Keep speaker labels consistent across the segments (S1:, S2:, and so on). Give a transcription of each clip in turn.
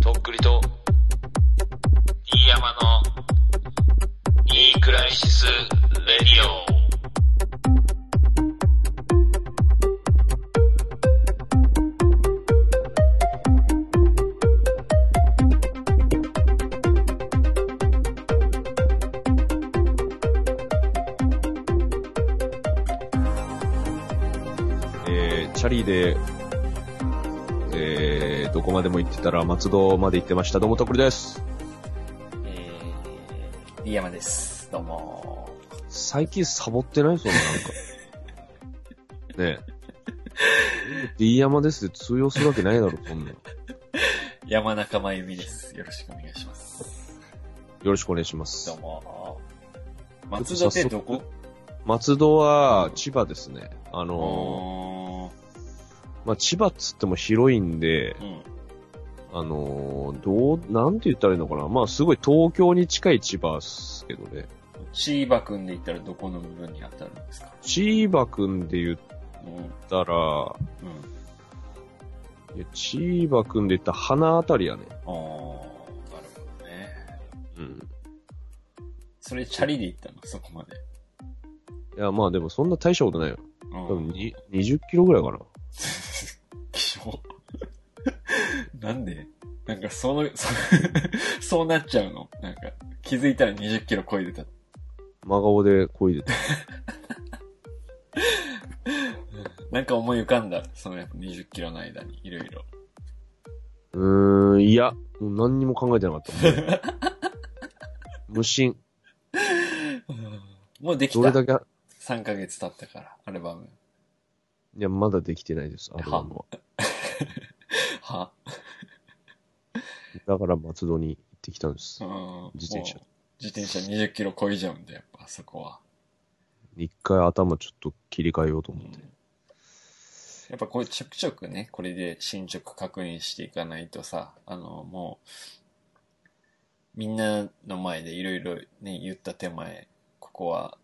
S1: とっくりと、飯山の、いいクライシス・レディオ。
S2: えーチャリで、えーどこまでも行ってたら松戸まで行ってました。どうも、とっくりです。
S3: えー、リヤマです。どうも。
S2: 最近サボってないそんな、なんか。ねえ。D 山ですって通用するわけないだろ、そんなん。よ
S3: 山中真由美です。よろしくお願いします。
S2: ろしくお願いします
S3: どう。も。松戸ってどこ
S2: 松戸は千葉ですね。あの
S3: お
S2: ーまあ、千葉っつっても広いんで、
S3: ーうん。
S2: あのーどう、なんて言ったらいいのかな。まあ、すごい東京に近い千葉っすけどね。
S3: シーバくんで言ったらどこの部分に当たるんですか
S2: 千葉くんで言っ
S3: うん。うん。
S2: たら、いや、千葉くんで言ったら花あたりやね。
S3: あー、なるほどね。
S2: うん。
S3: それチャリで行ったのそこまで。
S2: いや、まあでもそんな大したことないよ。多
S3: う
S2: 分
S3: ん。
S2: に20キロぐらいかな。
S3: 希少。 なんでなんかそ の、そそうなっちゃうのなんか気づいたら20キロ超えてた。
S2: 真顔で漕いでた。
S3: なんか思い浮かんだ。そのやっぱ20キロの間に、いろいろ。
S2: うーん、いや、もう何にも考えてなかった。もう 無心。
S3: もうでき
S2: どれ
S3: た。
S2: だけ、い
S3: 3ヶ月経ったから、アルバム。
S2: や、まだできてないです、アルバムは。
S3: は
S2: だから松戸に行ってきたんです
S3: う。ん。
S2: 自転車
S3: もう。自転車20キロ超えちゃうんで、やっぱあそこは。
S2: 一回頭ちょっと切り替えようと
S3: うん
S2: 思って。
S3: やっぱこれちょくちょくね、これで進捗確認していかないとさ、あの、もう、みんなの前でいろいろね、言った手前、ここは、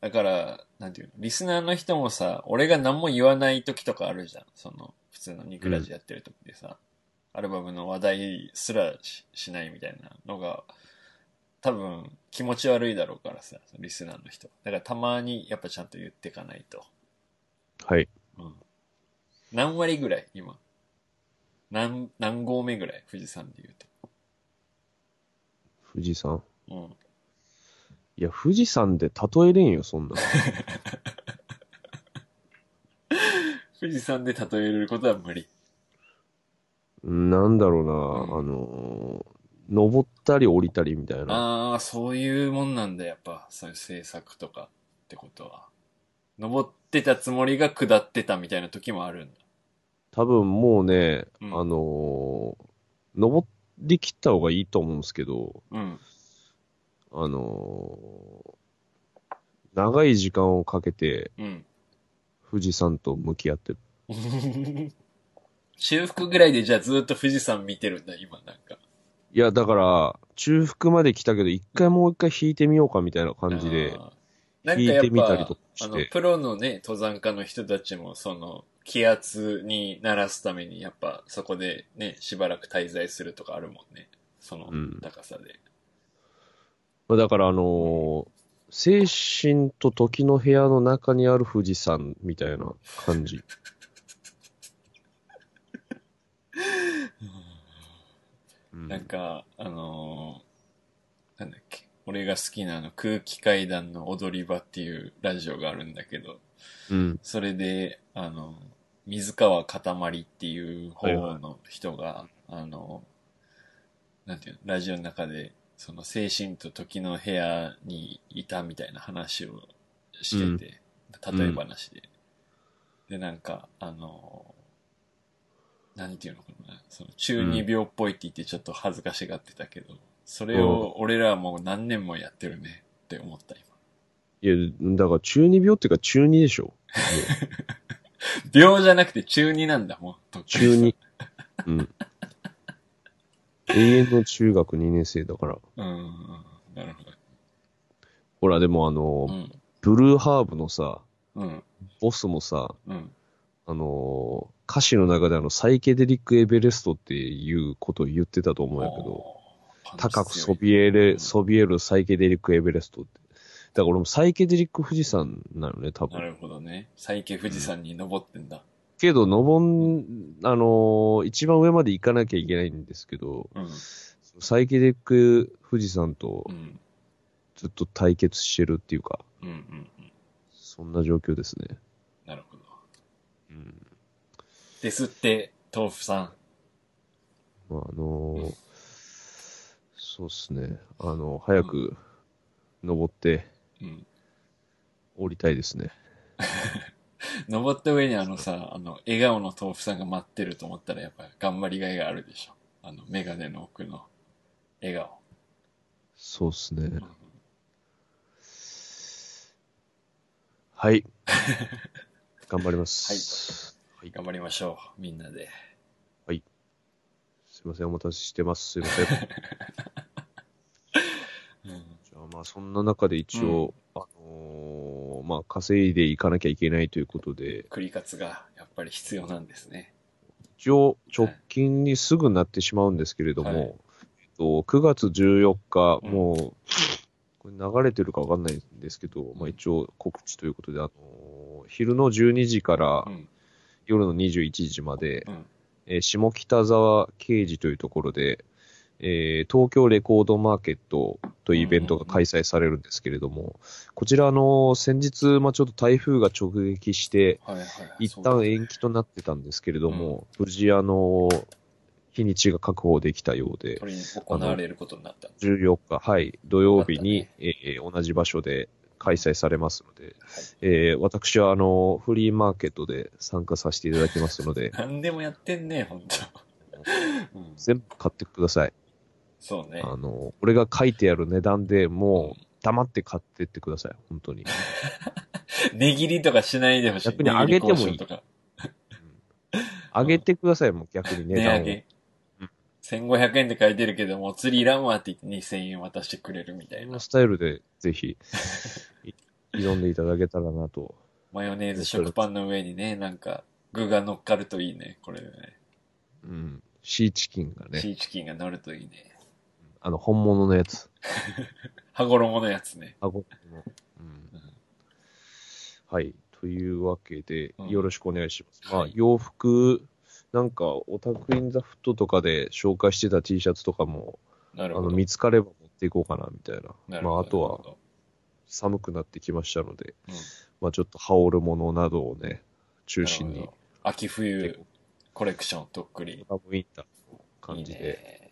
S3: だから、なんていうの、リスナーの人もさ、俺が何も言わない時とかあるじゃん。その、普通のニクラジやってる時でさ、アルバムの話題すらししないみたいなのが、多分気持ち悪いだろうからさ、リスナーの人。だからたまにやっぱちゃんと言っていかないと。
S2: はい。
S3: うん。何割ぐらい今。何、何合目ぐらい富士山で言う
S2: 富士山。
S3: と。うん。
S2: いや、富士山で例えれんよ、そん なの。
S3: 富士山で例えることは無理。
S2: うんなんだろうな、
S3: うん
S2: あのー登ったり降りたりみたいな。
S3: ああ、そういうもんなんだ、やっぱ。そういう制作とかってことは。登ってたつもりが下ってたみたいな時もあるんだ。
S2: 多分もうね、
S3: うん
S2: あのー登り切った方がいいと思うんですけど、
S3: うん。
S2: あのー長い時間をかけて
S3: うん。
S2: 富士山と向き合ってる。
S3: 修復ぐらいでじゃあずっと富士山見てるんだ、今なんか。
S2: いや、だから、中腹まで来たけど、一回もう一回引いてみようかみたいな感じで、
S3: あーなんか
S2: 聞
S3: や
S2: い
S3: って
S2: みたり
S3: ぱ
S2: とかして
S3: あの、プロのね、登山家の人たちも、その、気圧に慣らすために、やっぱ、そこでね、しばらく滞在するとかあるもんね。その
S2: うん
S3: 高さで。
S2: まあだからあのー精神と時の部屋の中にある富士山みたいな感じ。うん
S3: なんか、あのーなんだっけ。俺が好きなあの、空気階段の踊り場っていうラジオがあるんだけど、
S2: うん。
S3: それで、あの、水川かたまりっていう方の人が、あの、なんていうの、ラジオの中で、その精神と時の部屋にいたみたいな話をしてて、
S2: ん
S3: 例え話で。で、なんか、あの、なんていうのかな、その中二病っぽいって言ってちょっと恥ずかしがってたけど、それを俺らはもう何年もやってるねって思った今。
S2: いや、だから中二病っていうか中二でしょ。
S3: 病じゃなくて中二なんだもん、とっくりさ
S2: 中
S3: ん
S2: 二。うん。永遠の中学2年生だから。
S3: うんうんうんなるほど。
S2: ほら、でもあの
S3: う
S2: ー
S3: ん。
S2: ブルーハーブのさ、
S3: うん。
S2: ボスもさ、
S3: うん。
S2: ああのー歌詞の中であの、サイケデリックエベレストっていうことを言ってたと思うんやけど、
S3: あー
S2: 高くそびえれ、
S3: うん
S2: そびえるサイケデリックエベレストって。だから俺もサイケデリック富士山なのね、多分。
S3: なるほどね。最慶富士山に登ってんだ。
S2: けど、登ん、あのー一番上まで行かなきゃいけないんですけど、
S3: うん。
S2: サイケデリック富士山と
S3: うん。
S2: ずっと対決してるっていうか、
S3: うん。うん。うん
S2: そんな状況ですね。
S3: なるほど。
S2: うん。
S3: ですって、豆腐さん。
S2: まあ、あのーそうっすね。あの、早く登って
S3: うん。
S2: 降りたいですね。
S3: 登った上にあのさ、あの、笑顔の豆腐さんが待ってると思ったら、やっぱり頑張りがいがあるでしょ。あの、メガネの奥の笑顔。
S2: そうっす
S3: う
S2: ね
S3: ん。
S2: はい。頑張ります。はい。
S3: 頑張りましょう、みんなで。
S2: すいません、お待たせしてます。すいま せん。じ
S3: うん。
S2: ゃあまあ、そんな中で一応、あのーまあ、稼いでいかなきゃいけないということで、
S3: クリカツが、やっぱり必要なんですね。
S2: 一応、直近にすぐなってしまうんですけれども、
S3: はい
S2: えっと、9月14日、
S3: うん
S2: もう、これ流れてるかわかんないんですけど、まあ、一応告知ということで、あのー昼の12時から
S3: うん。
S2: 夜の21時まで、
S3: うん。
S2: えー下北沢刑事というところで、えー東京レコードマーケットというイベントが開催されるんですけれども、こちら、あのー先日、まあ、ちょっと台風が直撃して、
S3: はいはいはい。
S2: 一旦延期となってたんですけれども、無事、あのー日にちが確保できたようで、
S3: 取りに行われることになった。
S2: 14日、はい、土曜日に
S3: よ、か
S2: えー同じ場所で開催されますので、
S3: はい、
S2: えー私はあのフリーマーケットで参加させていただきますので
S3: 何でもやってんね、ほんと。うん、
S2: 全部買ってください。
S3: そうね。
S2: あの、俺が書いてある値段でもう、黙って買ってってください、本当に。
S3: 値切りとかしないでほしい。
S2: 逆に上げてもいい
S3: 値切り交渉とか
S2: 上げてください、もう逆に値
S3: 値
S2: 段
S3: 上
S2: を。
S3: げ
S2: うん。
S3: 1500円って書いてるけど、もう釣りいらんわって言って2000円渡してくれるみたい
S2: こ
S3: な
S2: の。スタイルで、ぜ ひ、い挑んでいただけたらなと。
S3: マヨネーズ食パンの上にね、なんか、具が乗っかるといいね、これね。
S2: うん。シーチキンが
S3: シ
S2: ね、
S3: ーチキンが乗るといいね。
S2: あの、本物のやつ。
S3: 羽衣のやつね。
S2: あ、ごの。うん。はい。というわけで、
S3: うん
S2: よろしくお願いします。ま
S3: は
S2: あ
S3: い、
S2: 洋服、なんか、オタクインザフットとかで紹介してた T シャツとかも、
S3: な
S2: あ
S3: るほ
S2: の、
S3: ど。
S2: 見つかれば持っていこうかな、みたい
S3: な
S2: な
S3: るほ
S2: まあ、
S3: ど
S2: あとは
S3: なる、ほ
S2: 寒くなってきましたので、
S3: うん
S2: まあちょっと羽織るものなどをね、中
S3: ど
S2: 心
S3: な
S2: に
S3: るほ、ど秋
S2: 結
S3: 冬コレクションとっくり。
S2: 構、ウィンターの感じ
S3: いい
S2: で
S3: ね。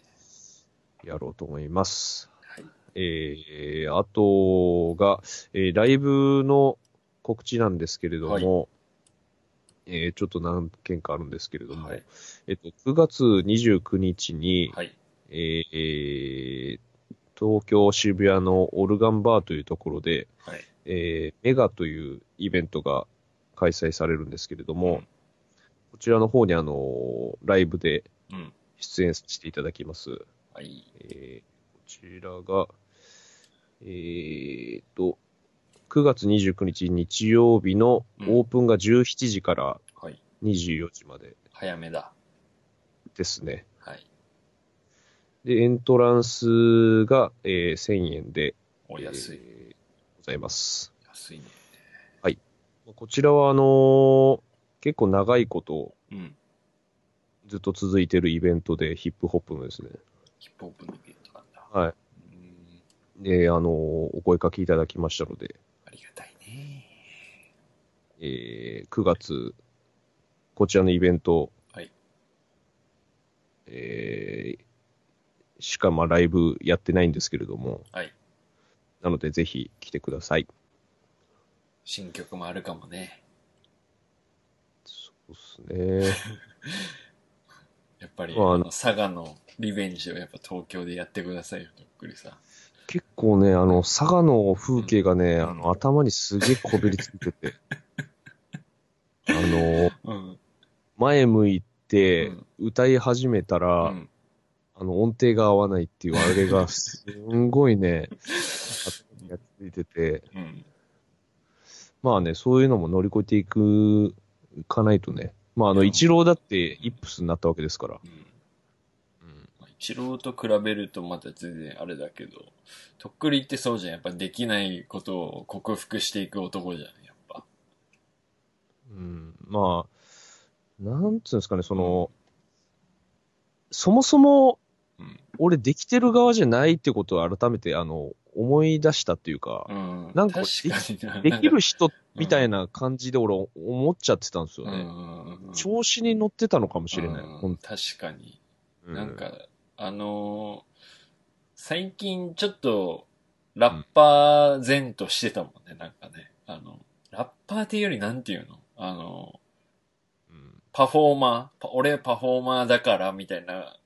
S2: やろうと思います。
S3: はい。
S2: えー、あとが、えーライブの告知なんですけれども、えーちょっと何件かあるんですけれども、
S3: はい
S2: えっと、9月29日に、
S3: はい。
S2: えーえー東京渋谷のオルガンバーというところで、
S3: はい。
S2: えーメガというイベントが開催されるんですけれども、
S3: うん
S2: こちらの方にあのーライブで
S3: うん。
S2: 出演させていただきます。
S3: はい。
S2: えーこちらが、えー、と、9月29日日曜日のオープンが17時から
S3: はい。
S2: 24時まで
S3: 早めだ。
S2: ですね。
S3: はい。
S2: で、エントランスが、えー1000円で、
S3: お安い。
S2: えーございます。
S3: 安いね。
S2: こちらはあのー結構長いこと
S3: うん。
S2: ずっと続いてるイベントで、ヒップホップのですね。
S3: ヒップホップのイベントなんだ。
S2: はい。
S3: うん。
S2: で、あのーお声かけいただきましたので、
S3: ありがたいね。
S2: えー9月、こちらのイベント、
S3: はい
S2: えーしかまあライブやってないんですけれども、
S3: はい。
S2: なのでぜひ来てください。
S3: 新曲もあるかもね。
S2: そうですね。
S3: やっぱり、
S2: まあ
S3: あの、佐賀のリベンジをやっぱ東京でやってくださいよ、とっくりさん。
S2: 結構ね、あの、佐賀の風景がね、
S3: ん
S2: あの頭にすげえこびりついて て、あの、
S3: うん。
S2: 前向いて
S3: うん
S2: 歌い始めた
S3: う
S2: ら、
S3: ん。
S2: あの音程が合わないっていうあれがすんごいね、頭にやっついてて、
S3: うん。
S2: まあね、そういうのも乗り越えていくかないとね。まあ、あの、イチローだってイップスになったわけですから。
S3: うん
S2: うん
S3: まあ一郎と比べるとまた全然あれだけど、とっくりってそうじゃん。やっぱできないことを克服していく男じゃん、やっぱ。
S2: うん、まあ、なんつうんですかね、その、そもそも
S3: うん、
S2: 俺できてる側じゃないってことを改めて、あの、思い出したっていうか、
S3: うん。
S2: なんか
S3: 確かにな。
S2: できる人みたいな感じで俺思っちゃってたんですよ
S3: なんか
S2: ね。
S3: うんうんうんうん
S2: 調子に乗ってたのかもしれない。
S3: うん
S2: ほん
S3: 確かに。
S2: うん
S3: なんか、あのー最近ちょっと、ラッパー前としてたもんね、なんかね。あの、ラッパーっていうよりなんていうのあのー
S2: うん
S3: パフォーマー、パ俺パフォーマーだからみたいな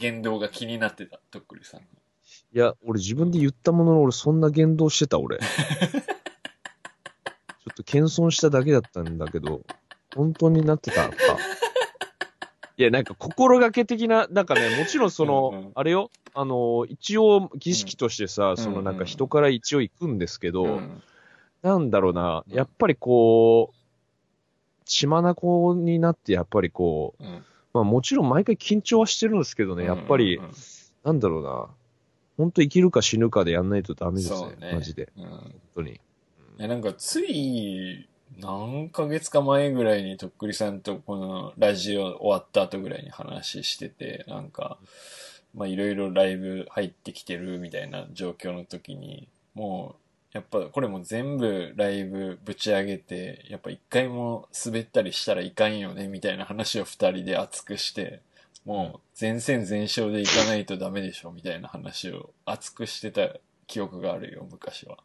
S3: 言動が気になってた、とっくりさんの。
S2: いや、俺自分で言ったものの俺そんな言動してた 俺。ちょっと謙遜しただけだったんだけど、本当になってたのか。いや、なんか心がけ的な、なんかね、もちろんその、
S3: うんうん
S2: あれよ、あの、一応儀式としてさ、そのなんか人から一応行くんですけど、
S3: ん
S2: なんだろうな、
S3: うん
S2: やっぱりこう、血眼になってやっぱりこう、
S3: うん
S2: まあもちろん毎回緊張はしてるんですけどね、やっぱり、
S3: うんうん
S2: なんだろうな。本当生きるか死ぬかでやんないとダメです
S3: そ
S2: ね。
S3: うね
S2: マジで。
S3: うん
S2: 本当に。
S3: いやなんかつい何ヶ月か前ぐらいにとっくりさんとこのラジオ終わった後ぐらいに話してて、なんか、まあいろいろライブ入ってきてるみたいな状況の時に、もうやっぱこれも全部ライブぶち上げて、やっぱ一回も滑ったりしたらいかんよねみたいな話を二人で熱くして、もう全戦全勝でいかないとダメでしょみたいな話を熱くしてた記憶があるよ、昔は。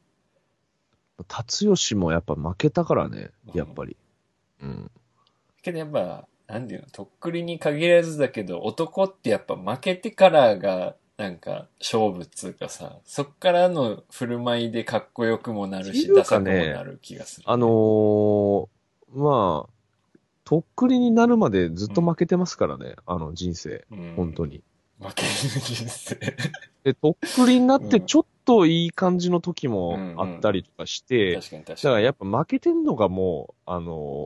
S2: 達吉もやっぱ負けたからね。やっぱり。うん。
S3: けどやっぱ、なんていうの、とっくりに限らずだけど、男ってやっぱ負けてからが、なんか、勝負っつうかさ、そっからの振る舞いでかっこよくもなる
S2: っ
S3: し、
S2: ていう
S3: ダサ
S2: か
S3: くも
S2: ね
S3: なる気がする。
S2: あのー、まあ、とっくりになるまでずっと負けてますからね。あの人生。
S3: うん、
S2: 本当に。
S3: 負ける人生。
S2: で、とっくりになっ
S3: う
S2: て
S3: ん
S2: ちょっといい感じの時もあったりとかして、
S3: 確かに確
S2: だか
S3: からに。
S2: やっぱ負けてんのがもう、あ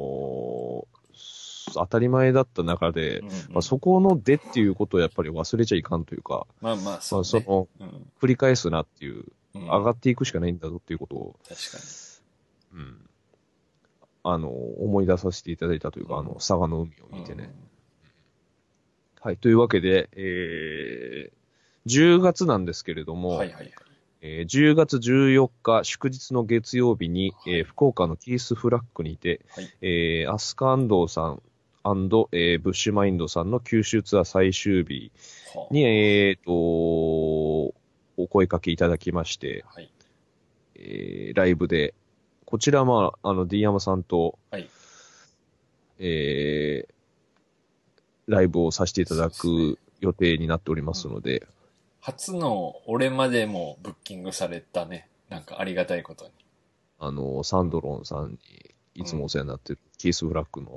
S2: のー当たり前だった中で、
S3: うん
S2: まあ、そこのでっていうことをやっぱり忘れちゃいかんというか、
S3: まあまあ、
S2: ま
S3: そう、
S2: あ、そ
S3: ね。
S2: の、
S3: うん
S2: 繰り返すなっていう、
S3: うん
S2: 上がっていくしかないんだぞっていうことを、
S3: 確かに。
S2: うんあの、思い出させていただいたというか、
S3: うん
S2: あの、佐賀の海を見て
S3: う
S2: ね
S3: ん。。
S2: はい、というわけで、えー、10月なんですけれども、
S3: はいはいはい。
S2: えー10月14日祝日の月曜日に、
S3: はい
S2: えー福岡のキースフラッグにて、
S3: はい
S2: えーアスカ安藤さん、えーブッシュマインドさんの九州ツアー最終日
S3: はあ
S2: に、えー、とお声掛けいただきまして、
S3: はい。
S2: えーライブで、こちら、まあ、あの、D 山さんと、
S3: はい
S2: えーライブをさせていただ
S3: そうです
S2: く予定になっておりますので、
S3: 初の俺までもブッキングされたね。なんかありがたいことに。
S2: あの、サンドロンさんに、いつもお世話になってる、キースフラッグの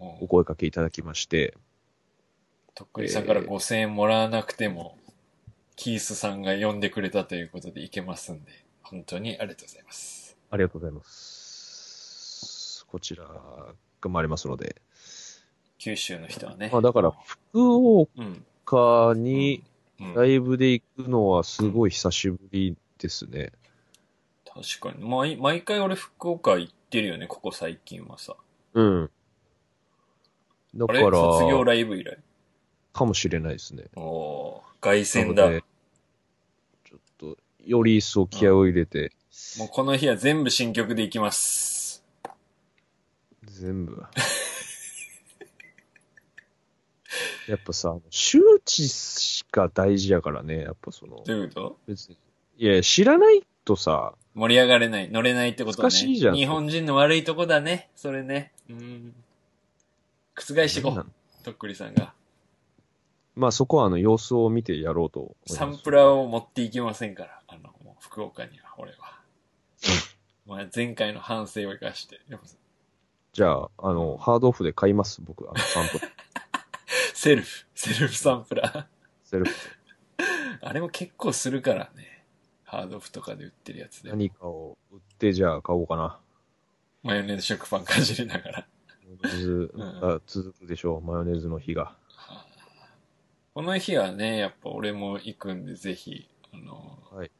S3: うん
S2: お声掛けいただきまして、
S3: とっくりさんから5000円もらわなくても、キースさんが呼んでくれたということでいけますんで、本当にありがとうございます。
S2: ありがとうございます。こちら、頑張りますので。
S3: 九州の人はね。
S2: まあ、だから、福
S3: うん。
S2: 岡に
S3: うん、
S2: ライブで行くのはすごい久しぶりですね。
S3: 確かに。毎毎回俺福岡行ってるよね、ここ最近はさ。
S2: うん。だ
S3: あ
S2: か
S3: れ
S2: ら、
S3: 卒業ライブ以来。
S2: かもしれないですね。
S3: おおー凱旋だ。
S2: なのでちょっと、より一層気合を入れて、
S3: もうこの日は全部新曲で行きます。
S2: 全 部。やっぱさ、周知しか大事やからね、やっぱその
S3: ど、ういうこと
S2: 別に。いや、知らないとさ、
S3: 盛り上がれない、乗れないってことね。
S2: 難しいじゃん
S3: 日本人の悪いとこだね、それね。うん。覆していこ
S2: なんな
S3: う
S2: の、
S3: とっくりさんが。
S2: まあそこはあの様子を見てやろうと思います
S3: サンプラーを持っていきませんから、あの、もう福岡には、俺は。まあ、前回の反省を生かして、やっぱ
S2: じゃあ、あの、ハードオフで買います、僕、あの、サンプラー
S3: セルフ、セルフサンプラ
S2: セ ルフ
S3: ー。あれも結構するからね。ハードオフとかで売ってるやつで。
S2: 何かを売って、じゃあ買おうかな。
S3: マヨネーズ食パンかじりながら。
S2: マヨネーズ
S3: うん
S2: が続くでしょう、マヨネーズの日が。
S3: この日はね、やっぱ俺も行くんで、ぜひ、あの、
S2: はい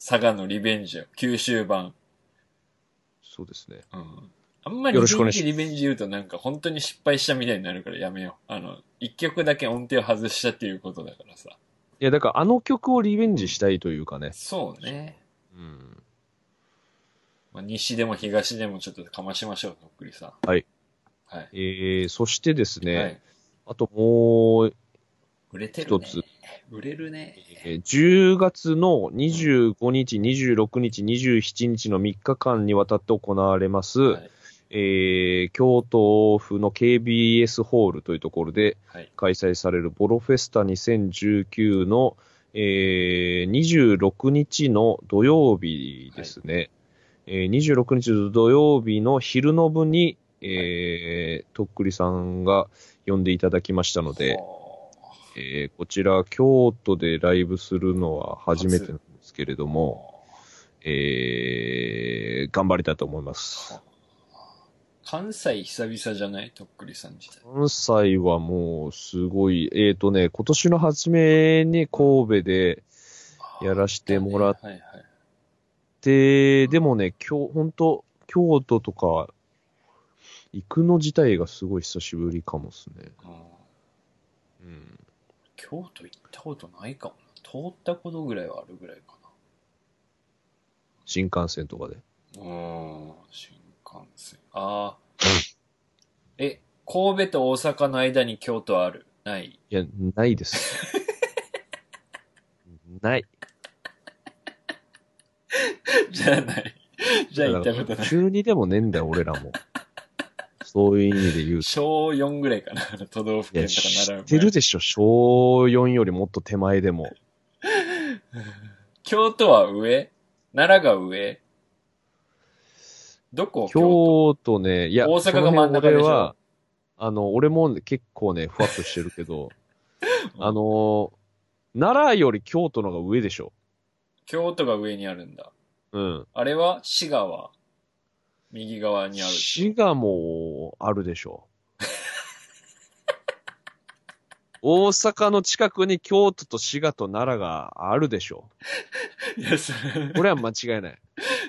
S3: 佐賀のリベンジを、九州版。
S2: そうですね。
S3: うん。あんまり
S2: よろしくお願いし
S3: リベンジ言うとなんか本当に失敗したみたいになるからやめよう。あの、一曲だけ音程を外したっていうことだからさ。
S2: いや、だからあの曲をリベンジしたいというかね。
S3: そうね。
S2: うん。
S3: まあ、西でも東でもちょっとかましましょう、とっくりさん。
S2: はい。
S3: はい。
S2: えー、そしてですね、
S3: はい、
S2: あともう、
S3: 売れてるね。
S2: 一つ
S3: 売れるね。
S2: えー10月の25日、26日、27日の3日間にわたって行われます、
S3: はい
S2: えー京都府の KBS ホールというところで
S3: はい。
S2: 開催されるボロフェスタ2019の、えー26日の土曜日ですね、えー26日の土曜日の昼の部に、えーとっくりさんが呼んでいただきましたので、
S3: ほ
S2: えーこちら、京都でライブするのは初めてなんですけれど
S3: う
S2: も、えー頑張りたいと思います。
S3: 関西久々じゃないとっくりさん自体。
S2: 関西はもうすごい、えっ、とね、今年の初めに神戸でやらせてもらっ
S3: はいはい。
S2: て、でもね、今日、本当京都とか、行くの自体がすごい久しぶりかもですね。
S3: うん
S2: うん。
S3: 京都行ったことないかもな。通ったことぐらいはあるぐらいか
S2: 新幹線とかで。
S3: な。うん。新幹線。ああ。え、神戸と大阪の間に京都あるない
S2: いや、ないです。ない。
S3: じゃあない。じゃあ行ったことない。
S2: 中にでもねえんだよ、俺らも。そういう意味で言うと。
S3: 小4ぐらいかな。都道府
S2: い
S3: 県
S2: や、
S3: とか
S2: 知
S3: 並ぶ。
S2: ってるでしょ、小4よりもっと手前でも。
S3: 京都は上奈良が上どこ
S2: 京都ね、いや、
S3: 大阪が真ん中でしょ、
S2: その辺俺は、あの、俺も結構ね、ふわっとしてるけど あの、奈良より京都の方が上でしょ。
S3: 京都が上にあるんだ。
S2: うん。
S3: あれは滋賀は右側にある。
S2: 滋賀もあるでしょ。 大阪の近くに京都と滋賀と奈良があるでしょ。
S3: いや、それ
S2: これは間違い ない。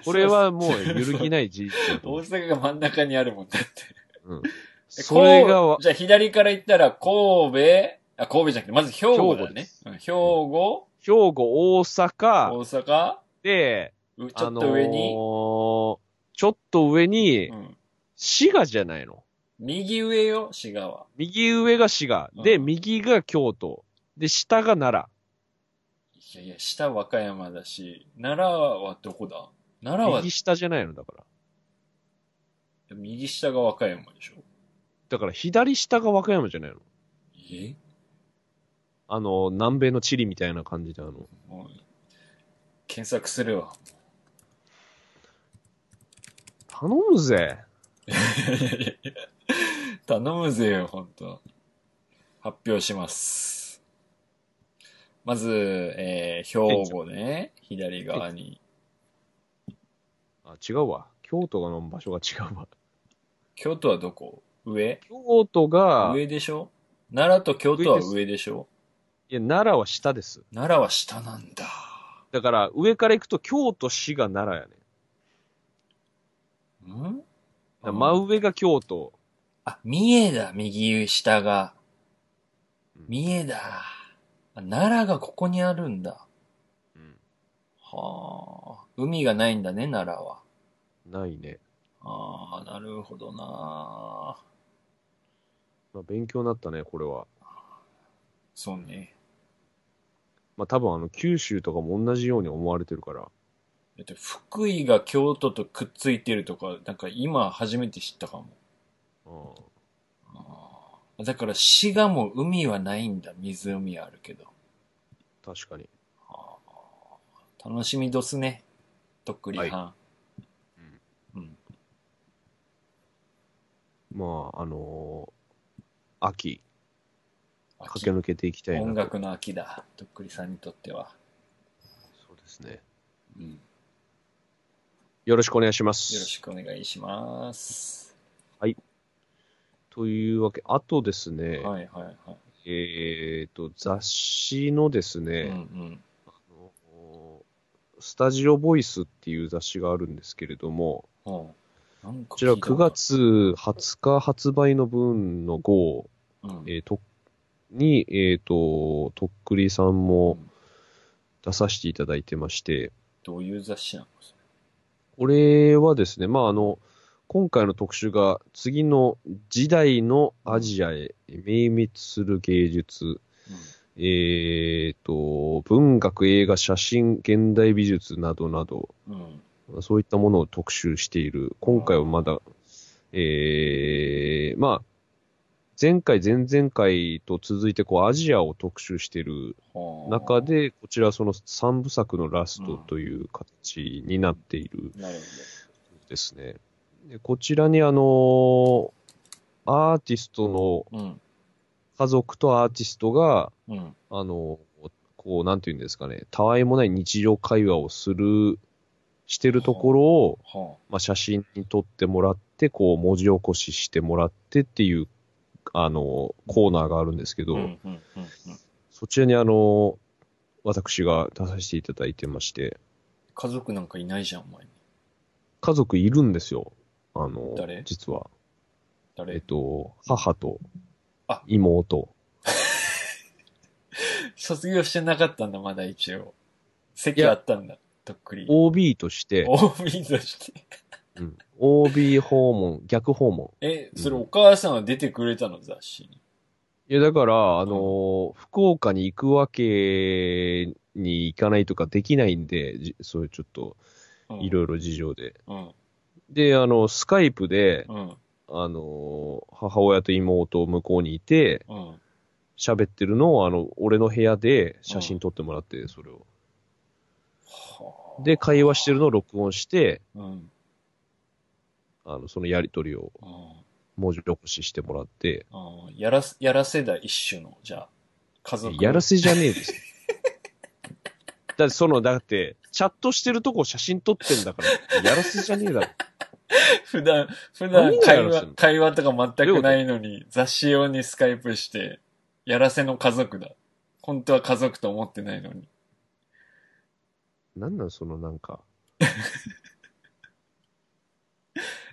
S2: これはもう揺るぎない事実だと
S3: 大
S2: 思う。
S3: 阪が真ん中にあるもんだって。
S2: うん、
S3: え
S2: それが
S3: こ
S2: わ
S3: う、じゃあ左から行ったら神戸、あ、神戸じゃなくて、まず兵庫だ
S2: 兵庫
S3: ね
S2: で。
S3: うん兵庫、
S2: 兵庫、大阪
S3: 大阪、
S2: で、
S3: うちょ
S2: あ
S3: っ
S2: の
S3: と上に、
S2: ーちょっと上に、
S3: うん、
S2: 滋賀じゃないの。
S3: 右上よ、滋賀は。
S2: 右上が滋賀。で、
S3: うん
S2: 右が京都。で、下が奈
S3: いやいや、下和歌山だし、奈良はどこだ奈良
S2: 良。
S3: は
S2: 右下じゃないの、だから。
S3: 右下が和歌山でしょ
S2: だから、左下が和歌山じゃないの。
S3: え
S2: あのー、南米の地理みたいな感じで、あの、
S3: もう、検索するわ。
S2: 頼むぜ。
S3: 頼むぜよ、ほんと。発表します。まず、えー、兵庫ね、左側に。
S2: あ、違うわ。京都の場所が違うわ。
S3: 京都はどこ上
S2: 京都が、い
S3: 上でしょ奈良と京都は
S2: 上です
S3: 上でしょ
S2: や、奈良は下です。
S3: 奈良は下なんだ。
S2: だから、上から行くと京都、滋賀、奈良やね。
S3: ん
S2: だから真上が京都。
S3: あ、三重だ、右下が。
S2: うん
S3: 三重だ。あ奈良がここにあるんだ。
S2: うん
S3: はあ。海がないんだね、奈良は。
S2: ないね。
S3: ああ、なるほどな。
S2: まあ、勉強になったね、これは。
S3: そうね。
S2: まあ、多分あの、九州とかも同じように思われてるから。
S3: だって、福井が京都とくっついてるとか、なんか今初めて知ったかも。
S2: うん
S3: あーだから、滋賀も海はないんだ。湖はあるけど。
S2: 確かに。
S3: 楽しみどすね。とっくりはん。うん。
S2: まあ、あのー秋、
S3: 秋
S2: 駆け抜けていきたいなと。
S3: 音楽の秋だ。とっくりさんにとっては。
S2: そうですね。
S3: うん。
S2: よろしくお願いします。
S3: よろしくお願いします。
S2: というわけ、あとですね、
S3: はいはいは
S2: えっ、と、雑誌のです
S3: い。うんう
S2: ね、
S3: ん。
S2: あのスタジオボイスっていう雑誌があるんですけれども、
S3: ほう。なんか
S2: こちら
S3: 聞いた
S2: 9
S3: な。
S2: 月20日発売の分の号、
S3: うん。
S2: えーとに、えっ、と、とっくりさんも出させていただいてまして、
S3: どういう雑誌なの
S2: これはですね、まあ、あの、今回の特集が次の時代のアジアへ明滅する芸術、えっ、と、文学、映画、写真、現代美術などなど、
S3: うん。うん。
S2: そういったものを特集している。今回はまだ、えー、まあ、前回、前々回と続いて、こう、アジアを特集している
S3: ほう。
S2: 中。で、こちらはその3部作のラストという形になっている
S3: なるほ
S2: ですね。でこちらに、あのーアーティストの
S3: ど。うん。
S2: 家族とアーティストが、
S3: うん。
S2: あのーこう、なんていうんですかね、たわいもない日常会話をする、してるところを、
S3: ほ
S2: まあ、写真に撮ってもらって、こう、文字起こししてもらってっていう、あの、コーナーがあるんですけ
S3: う。
S2: ど、
S3: うんうんうんうん。
S2: そちらにあの、私が出させていただいてまして、
S3: 家族なんかいないじゃん、お前に。
S2: 家族いるんですよ。あの
S3: 誰、
S2: 実は。えっ
S3: 誰
S2: と、母と
S3: あ
S2: 妹。
S3: 卒業してなかったんだ、まだ一応。席あったんだ、とっくり。
S2: OB と して、
S3: OB として。
S2: うん、OB 訪問、逆訪問。
S3: え、それ
S2: うん
S3: お母さんは出てくれたの、雑誌に。
S2: いや、だから、あの、福岡に行くわけに行かないとかできないんで、じそういうちょっと、
S3: うん
S2: いろいろ事情で。
S3: うん。
S2: で、あの、スカイプで、
S3: うん。
S2: あの、母親と妹向こうにいて、
S3: うん。
S2: 喋ってるのを、あの、俺の部屋で写真撮ってもらって、それを。
S3: はあ
S2: で、会話してるのを録音して、
S3: うん。
S2: あの、そのやりとりを
S3: うん。
S2: 文字起こししてもらって、
S3: ああ、やらす、やらせだ一種の、じゃあ、家族。
S2: やらせじゃねえですよ。 だって、その、だって、チャットしてるとこ写真撮ってんだから、やらせじゃねえだろ。
S3: 普段、普
S2: 何が
S3: 段
S2: や
S3: 会
S2: らせ
S3: 話
S2: なの、
S3: 会話とか全くないのに、雑誌用にスカイプして、やらせの家族だ。本当は家族と思ってないのに。
S2: なんなん、そのなんか。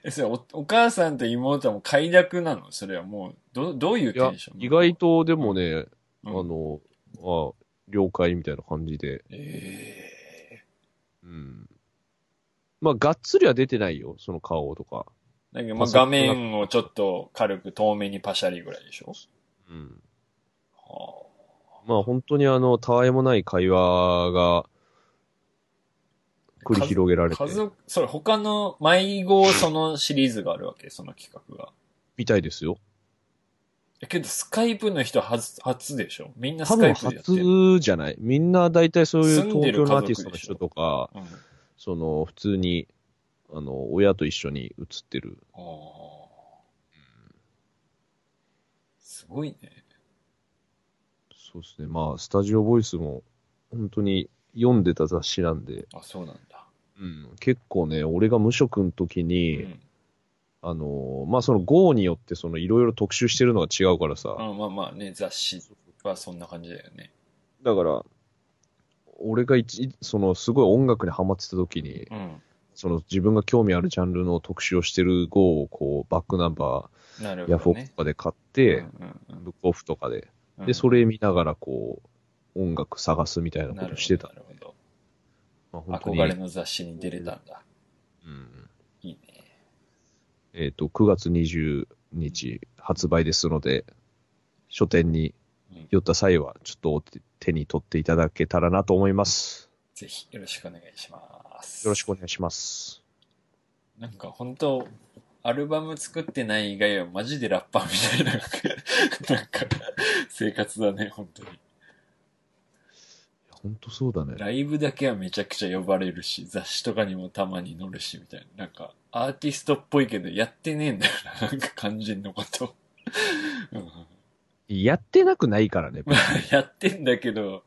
S3: え、それお、お母さんと妹はもう快諾なのそれはもう、ど、どういう
S2: い
S3: テ
S2: や
S3: ンショ、ン
S2: 意外、と、でもね、
S3: う
S2: あ
S3: ん、
S2: の、あ了解みたいな感じで。
S3: え
S2: うん。まあ、がっつりは出てないよ、その顔とか。
S3: えなんか、まあ、画面をちょっと軽く透明にパシャリぐらいでしょ
S2: うん。
S3: は
S2: まあ、本当にあの、たわいもない会話が繰り広げら
S3: あ
S2: れて
S3: 家、族、それ他の迷子そのシリーズがあるわけその企画が。
S2: みたいですよ。
S3: えけど、スカイプの人初、初でしょみんな
S2: 多
S3: スカ
S2: 分
S3: イプでやってる。
S2: 初じゃないみんな大体そういう
S3: 住ん
S2: 東
S3: で
S2: 京
S3: る家族
S2: のアーティストの人とか、
S3: うん、あ
S2: その、普通に、あの、親と一緒に写ってる。
S3: ーすごいね。
S2: そうですね。まあ、スタジオボイスも、本当に読んでた雑誌なんで、
S3: あ、そうなんだ。
S2: うん、結構ね、俺が無職の時
S3: う
S2: に、
S3: ん。
S2: あのーまあ、その号によって、その、いろいろ特集してるのが違うからさ。
S3: うんまあまあね、雑誌はそんな感じだよね。
S2: だから、俺が一、その、すごい音楽にハマってた時に、
S3: うん。
S2: その、自分が興味あるジャンルの特集をしてる号を、こう、バックナンバ
S3: なる
S2: ー、ヤフ
S3: ほ
S2: オク
S3: どね
S2: と。かで買って、
S3: うんうん
S2: ブックオフとかで。
S3: うん
S2: で、それ見ながら、こう、音楽探すみたいなことしてた
S3: な。るほど。
S2: まあ、
S3: な
S2: 本
S3: る
S2: 当
S3: ほ
S2: に
S3: ど。憧れ、の雑誌に出れたんだ。
S2: うん。
S3: いいね。
S2: えっ、と、9月20日発売ですので、書店に
S3: うん
S2: 寄った際は、ちょっとお手手に取っていただけたらなと思います。
S3: ぜひ、よろしくお願いします。
S2: よろしくお願いします。
S3: なんか本当アルバム作ってない以外はマジでラッパーみたいな、なんか、生活だね、本当に。
S2: 本当そうだね。
S3: ライブだけはめちゃくちゃ呼ばれるし、雑誌とかにもたまに載るし、みたいな。なんか、アーティストっぽいけど、やってねえんだよな、なんか肝心のこと。うん
S2: やってなくないからね。
S3: まあ、やってんだけど、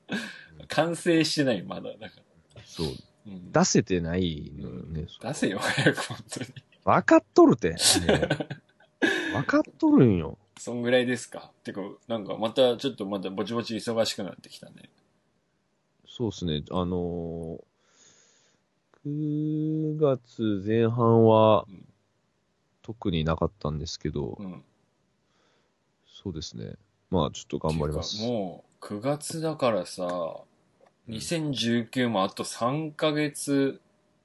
S3: 完成してない、まだ。だから。
S2: そう。
S3: うん
S2: 出せてないのよね。
S3: 出せよ、早く、本当に。
S2: 分かっとる て。分かっとるんよ。
S3: そんぐらいですか。てか、なんかまたちょっとまたぼちぼち忙しくなってきたね。
S2: そうですね。あのー、9月前半は
S3: うん
S2: 特になかったんですけど、
S3: うん。
S2: そうですね。まあ、ちょっと頑張りま
S3: て
S2: す
S3: か。もう、9月だからさ、2019もあと3ヶ月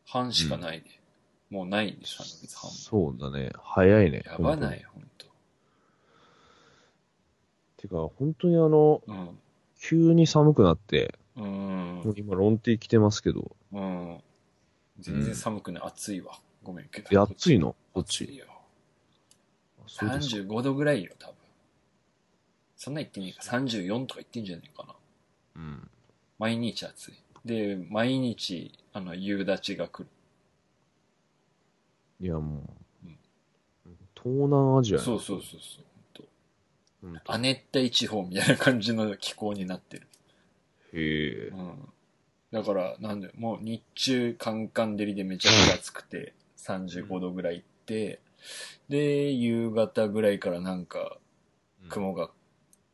S3: 半しかないね。もうないね、3ヶ月半も。
S2: そうだね。早いね。
S3: やばな
S2: 本
S3: い、ほんと。
S2: 当にてか、本当にあの、
S3: うん。
S2: 急に寒くなって、
S3: うん
S2: もう。今、ロンティ着てますけど、
S3: うん。全然寒くない。暑いわ。ごめんけど。
S2: え、暑いのこっ
S3: 暑い
S2: ち。
S3: よ。
S2: あそうですか
S3: 35度ぐらいよ、多分。そんな言ってねえか。34とか言ってんじゃねえかな。
S2: うん。
S3: 毎日暑い。で、毎日、あの、夕立ちが来る。
S2: いや、もう
S3: うん、
S2: 東南アジアや
S3: そうそうそうそう。
S2: ほんと
S3: 亜熱帯地方みたいな感じの気候になってる。
S2: へえ
S3: う。ん。だから、なんだよ、もう日中カンカン照りでめちゃくちゃ暑くて、35度ぐらい行って、で、夕方ぐらいからなんか、雲が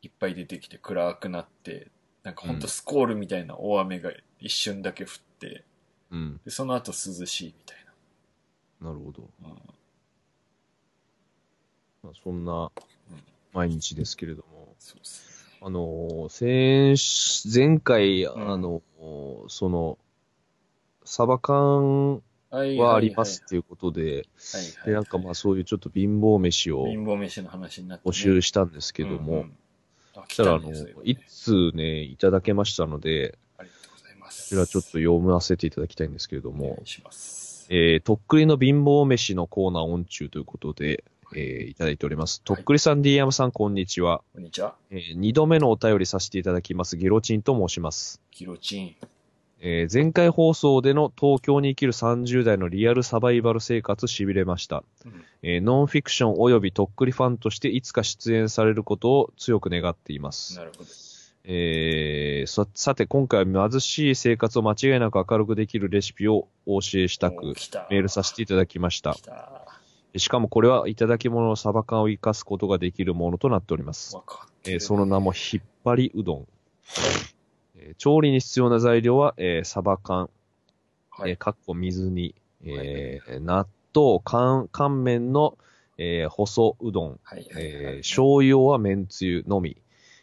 S3: いっぱい出てきて暗くなって、なんかほんとスコールみたいな大雨が一瞬だけ降って、
S2: うん。
S3: で、その後涼しいみたい
S2: なるほど。
S3: な。うん
S2: まあ、そんな
S3: うん
S2: 毎日ですけれども、
S3: そうっすね。
S2: あのー、先前回、あ
S3: ん
S2: のー、その、サバ缶
S3: はい
S2: はありますっていうことで、
S3: はいはいはい。
S2: で、なんかまあそういうちょっと貧乏飯を
S3: 貧乏飯の話になって、
S2: 募集したんですけ
S3: け
S2: ども、
S3: あ、
S2: そ
S3: 来
S2: したら
S3: た
S2: あ
S3: ん
S2: の
S3: ですよ、、
S2: 一通ね、いただけましたので、
S3: ありがとうございます。
S2: こちらちょっと読ませていただきたいんですけれど
S3: お願
S2: も
S3: い、します。
S2: えー、とっくりの貧乏飯のコーナー音中ということで、えー、いただいております。とっくりさん、D 山さん、こんにちは。
S3: こんにちは。
S2: えー二度目のお便りさせていただきます、ギロチンと申します。
S3: ギロチン。
S2: えー前回放送での東京に生きる30代のリアルサバイバル生活痺れました。
S3: うん
S2: えーノンフィクション及びとっくりファンとしていつか出演されることを強く願っています
S3: な。るほど。
S2: えーささて、今回は貧しい生活を間違いなく明るくできるレシピをお教えした
S3: お
S2: く、
S3: 来た
S2: メールさせていただきました
S3: 来。た。
S2: しかもこれはいただき物のサバ缶を生かすことができるものとなっております。
S3: わかってる
S2: えーその名も引っ張りうどん。えー調理に必要な材料は、えーサバ缶、
S3: は
S2: えー
S3: い。
S2: かっこ水煮、えー納豆、乾乾麺の、えー細うどん、
S3: はい。はいは
S2: えー
S3: い
S2: 醤油用は麺つゆのみ、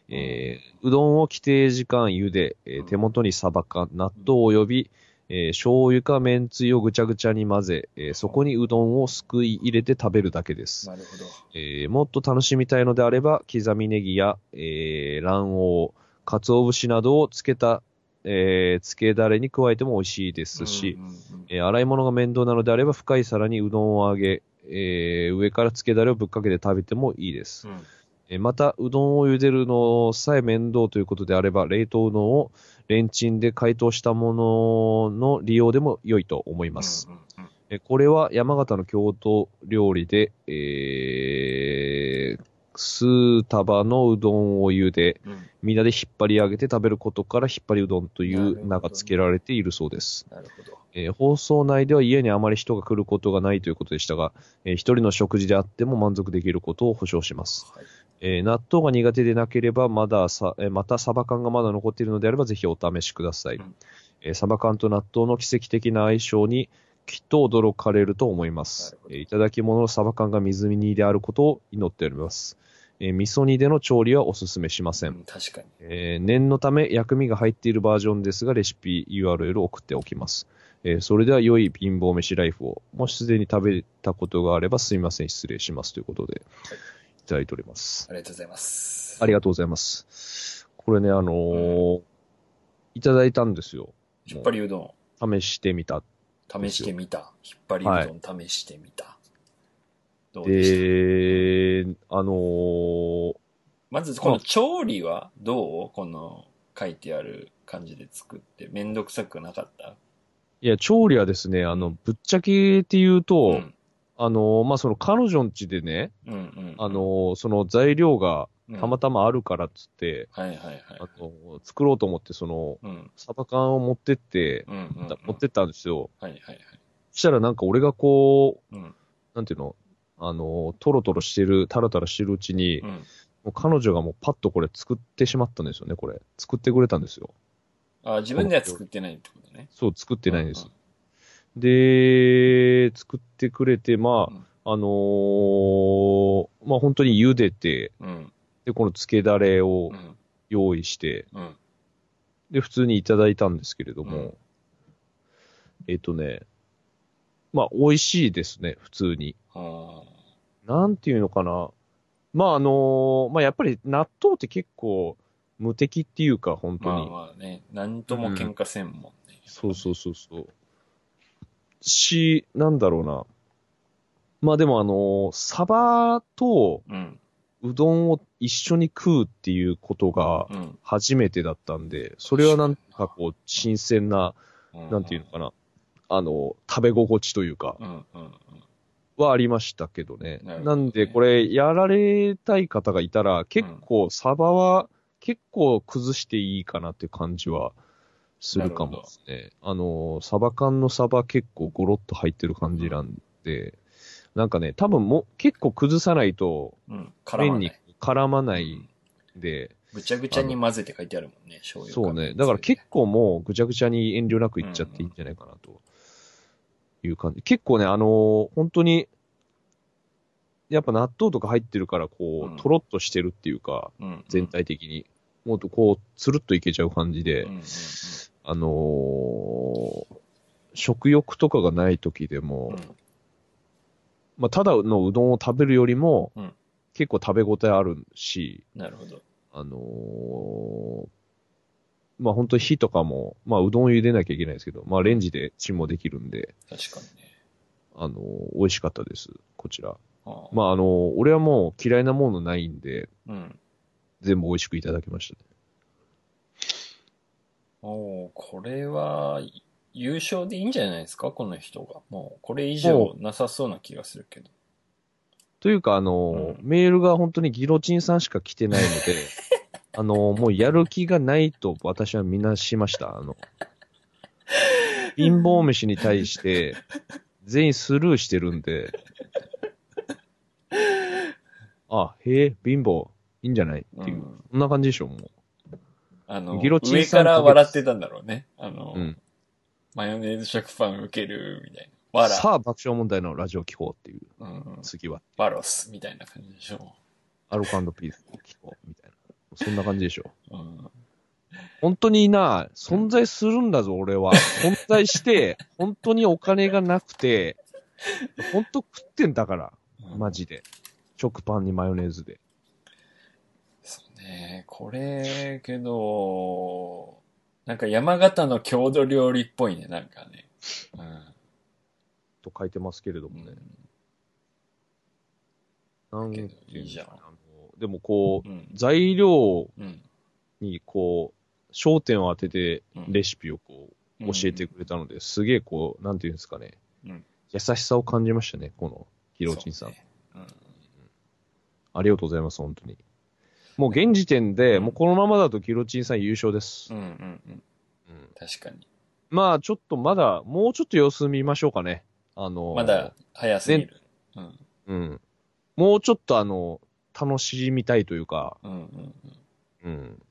S2: えーうどんを規定時間茹で、えー手元にサバ缶、納豆及び、えー醤油か麺つゆをぐちゃぐちゃに混ぜ、えーそこにうどんをすくい入れて食べるだけです。
S3: なるほど。
S2: えーもっと楽しみたいのであれば、刻みネギや、えー卵黄、鰹節などをつけた、えー、つけだれに加えても美味しいですし、
S3: うんうんうん
S2: えー洗い物が面倒なのであれば、深い皿にうどんを揚げ、えー上からつけだれをぶっかけて食べてもいいです。
S3: うん
S2: えーまた、うどんを茹でるのさえ面倒ということであれば、冷凍うどんをレンチンで解凍したものの利用でも良いと思います。
S3: うんうんうん
S2: えーこれは山形の郷土料理で、えー、数束のうどんを茹で、
S3: うん
S2: 皆で引っ張り上げて食べることから引っ張りうどんとい
S3: なるほど
S2: う
S3: ね
S2: 名が付けられているそうです。
S3: なるほど。
S2: えー放送内では家にあまり人が来ることがないということでしたが、えー一人の食事であっても満足できることを保証します。
S3: はい。
S2: えー納豆が苦手でなければ、まださ、えーまたサバ缶がまだ残っているのであれば、ぜひお試しください。
S3: うん
S2: えーサバ缶と納豆の奇跡的な相性に、きっと驚かれると思います
S3: なる。ほ
S2: え
S3: ど
S2: ーいただき物のサバ缶が水煮であることを祈っております。えー味噌煮での調理はお勧めしません。
S3: うん確かに。
S2: えー念のため薬味が入っているバージョンですが、レシピ URL を送っておきます。えーそれでは良い貧乏飯ライフを、もしすでに食べたことがあればすみません、失礼しますということで、いただいております。
S3: ありがとうございます。
S2: ありがとうございます。これね、あのーいただいたんですよ。
S3: 引っ張りうどん。
S2: 試してみた。
S3: 試してみた。引っ張りうどん試してみた。どうでした
S2: で、あのー
S3: まず、この調理はどうこの書いてある感じで作って。めんどくさくなかった
S2: いや、調理はですね、あの、ぶっちゃけって言うと、
S3: うん
S2: あのーまあ、その彼女ん家でね、
S3: うんうん。
S2: あのーその材料が、
S3: うん
S2: たまたまあるからっつって、
S3: はいはいはい。
S2: あの、作ろうと思って、その、
S3: うん。
S2: サバ缶を持ってって、
S3: うんうん、うん。
S2: 持ってったんですよ。
S3: はいはいはい。
S2: そしたらなんか俺がこう、
S3: うん。
S2: なんていうの、あの、トロトロしてる、タラタラしてるうちに、
S3: うん。
S2: もう彼女がもうパッとこれ作ってしまったんですよね、これ。作ってくれたんですよ。
S3: あ、自分では作ってないってことね。
S2: そう、作ってないんで
S3: う
S2: す
S3: ん。
S2: で、作ってくれて、ま
S3: うん
S2: あ、あのーまあ本当に茹でて、
S3: うん。
S2: で、この漬けだれを
S3: うん。
S2: 用意して、
S3: うん。
S2: で、普通にいただいたんですけれども、
S3: うん
S2: えっ、とね、まあ、美味しいですね、普通に。
S3: あ
S2: なんていうのかな。まあ、あのーまあ、やっぱり納豆って結構無敵っていうか、本
S3: ー
S2: 当
S3: ま
S2: に。
S3: あまあね、なんとも喧嘩せんもんね。
S2: そうそうそうそう。し、なんだろうな。まあでもあのーサバと
S3: うん。
S2: うどんを一緒に食うっていうことが
S3: うん。
S2: 初めてだったんで、それはなんかこう、新鮮な、
S3: うん。
S2: なんていうのかな。あの、食べ心地というか、
S3: うんうんうん。
S2: はありましたけどね。
S3: なるほどね
S2: なんで、これ、やられたい方がいたら、結構、サバは、結構崩していいかなっていう感じはするかもですね。あの、サバ缶のサバ結構ゴロッと入ってる感じなんで、なんかね、多分もう、結構崩さないと、
S3: うん。
S2: 麺に絡まな
S3: う
S2: い
S3: ん
S2: んで、
S3: ぐちゃぐちゃに混ぜて書いてあるもんね、醤油
S2: そうね。だから結構もうぐちゃぐちゃに遠慮なくいっちゃっていいんじゃないかなという感じ。結構ね、あのー本当に、やっぱ納豆とか入ってるから、こ
S3: うん
S2: う、とろっとしてるっていうか、
S3: 構
S2: 全体的に。もっとこう、つるっといけちゃう感じで、
S3: うんうんうん
S2: あのー食欲とかがない時でも、まあ、ただのうどんを食べるよりも、
S3: うん
S2: 結構食べ応えあるし、
S3: うんなるほど。
S2: あのーまあ本当に火とかも、まあうどんを茹でなきゃいけないですけど、まあレンジでチンもできるんで、
S3: 確かにね。
S2: あのー美味しかったです、こちら。
S3: ああ
S2: まああのー俺はもう嫌いなものないんで、
S3: うん。
S2: 全部美味しくいただきましたね。
S3: おーこれは、優勝でいいんじゃないですかこの人が。もう、これ以上なさそうな気がするけど。
S2: というか、あのー
S3: う
S2: メールが本当にギロチンさんしか来てないので、あのーもうやる気がないと私はみなしました。あの、貧乏飯に対して、全員スルーしてるんで。あ、へえ、貧乏、いいんじゃないっていう。
S3: うん
S2: そんな感じでしょ、もう。
S3: あの、
S2: ギロチン
S3: 上
S2: さ
S3: か
S2: ん
S3: ら笑ってたんだろうね。あの、
S2: うん
S3: マヨネーズ食パン受ける、みたいな。わら、
S2: さあ、爆笑問題のラジオ聞こうっていう、
S3: うんうん、
S2: 次は。
S3: バロス、みたいな感じでしょ。
S2: アルコピース聞こう、みたいな。そんな感じでしょ。
S3: うん、
S2: 本当にな、存在するんだぞ、俺は。存在 して、本当にお金がなくて、本当食ってんだから、マジで。食パンにマヨネーズで。
S3: そうね。これ、けど、なんか山形の郷土料理っぽいね、なんかね。
S2: と書いてますけれど
S3: うん。
S2: もね。なんてうのかない
S3: いじゃん
S2: あのでもこ
S3: う
S2: う、
S3: ん。
S2: 材料
S3: うん。
S2: にこう、焦点を当てて
S3: うん
S2: レシピをこう、教えてくれたので、すげえこう、なんていうんですかね。
S3: うん
S2: 優しさを感じましたね、この、ヒロチンさん。
S3: そうねうん
S2: ありがとうございます、本当に。もう現時点で、
S3: うん
S2: もうこのままだとギロチンさん優勝です。
S3: うんうんうん。
S2: うん
S3: 確かに。
S2: まあ、ちょっとまだ、もうちょっと様子見ましょうかね。あの、
S3: まだ、早すぎる。うん。
S2: うん。もうちょっとあの、楽しみたいというか、
S3: うんうんうん。
S2: うん。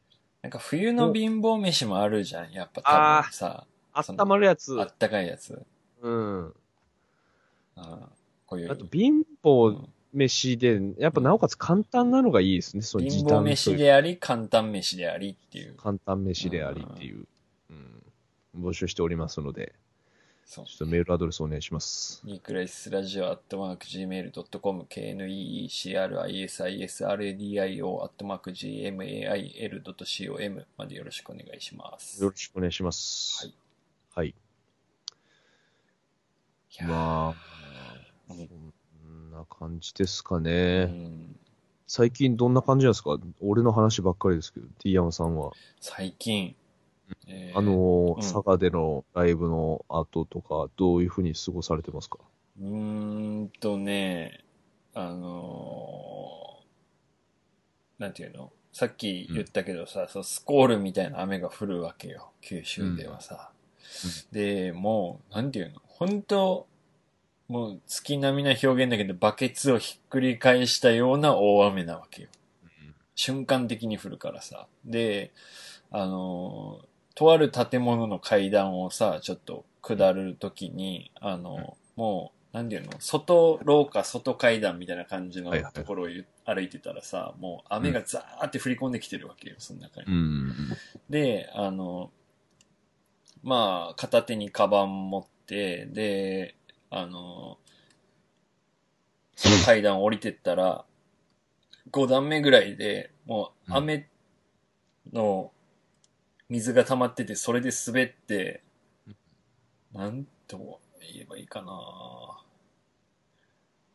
S3: なんか冬の貧乏飯もあるじゃん。やっぱ
S2: あ
S3: 多
S2: ー
S3: 分さ、
S2: あっ
S3: その
S2: たまるやつ
S3: あ。ったかいやつ。
S2: うん。
S3: うん。こういう。
S2: あと、貧乏飯で、やっぱなおかつ簡単なのがいいですね、その時
S3: 貧乏
S2: 短
S3: 飯
S2: という
S3: であり、簡単飯でありっていう。
S2: 簡単飯でありっていう、うん。募集しておりますので、
S3: そう
S2: ちょっとメールアドレスお願いします。
S3: ニークライスラジオアットマーク Gmail.com KNEECRISISRADIO アットマーク GMAIL.com までよろしくお願いします。
S2: よろしくお願いします。はい。
S3: いやー
S2: まあ、
S3: うん
S2: そんな感じですかね。
S3: うん
S2: 最近どんな感じなんですか俺の話ばっかりですけど、T 山さんは。
S3: 最近、えー
S2: あのー、
S3: うん
S2: 佐賀でのライブの後とか、どういうふうに過ごされてますか
S3: うーんとね、あのなんていうのさっき言ったけどさ、そうスコールみたいな雨が降るわけよ。九州ではさ。で、もう、なんていうの本当もう月並みな表現だけど、バケツをひっくり返したような大雨なわけよ。瞬間的に降るからさ。で、あの、とある建物の階段をさ、ちょっと下るときに、あの、もう、なんていうの外廊下、外階段みたいな感じの
S2: はいはい
S3: ところをゆ歩いてたらさ、もう雨がザーって降り込んできてるわけよ、その中に。
S2: うん。
S3: で、あの、まあ、片手にカバン持って、で、あの、その階段を降りてったら、5段目ぐらいで、もう雨の水が溜まってて、それで滑って、なんと言えばいいかな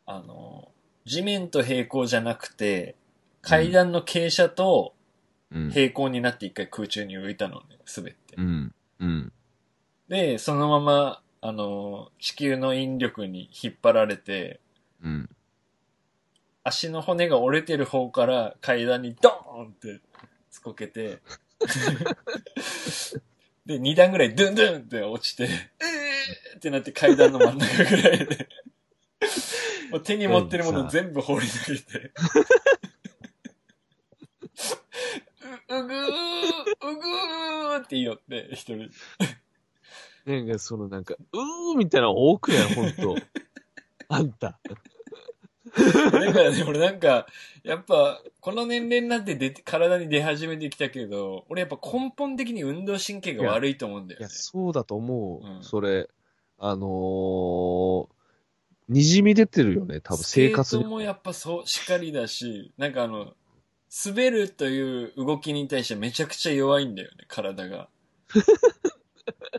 S3: あの、地面と平行じゃなくて、階段の傾斜と、
S2: うん。
S3: 平行になって一回空中に浮いたのね、滑って
S2: う。ん。うん。
S3: で、そのまま、あの、地球の引力に引っ張られて、
S2: うん。
S3: 足の骨が折れてる方から階段にドーンってつこけて、で、2段ぐらいドゥンドゥンって落ちて、えーってなって階段の真ん中ぐらいで、もう手に持ってるもの全部放り投げて、 う、うぐー、うぐーって言いよって、一人。
S2: なんか、そのなんか、うーみたいなの多くないほん と。あんた。
S3: だからね、俺なんか、やっぱ、この年齢になって出て体に出始めてきたけど、俺やっぱ根本的に運動神経が悪いと思うんだよ
S2: い
S3: ね
S2: や、。そうだと思う。
S3: うん
S2: それ、あのー、にじみ出てるよね、多分生活
S3: スケー
S2: に
S3: ト。もやっぱそう、しっかりだし、なんかあの、滑るという動きに対してめちゃくちゃ弱いんだよね、体が。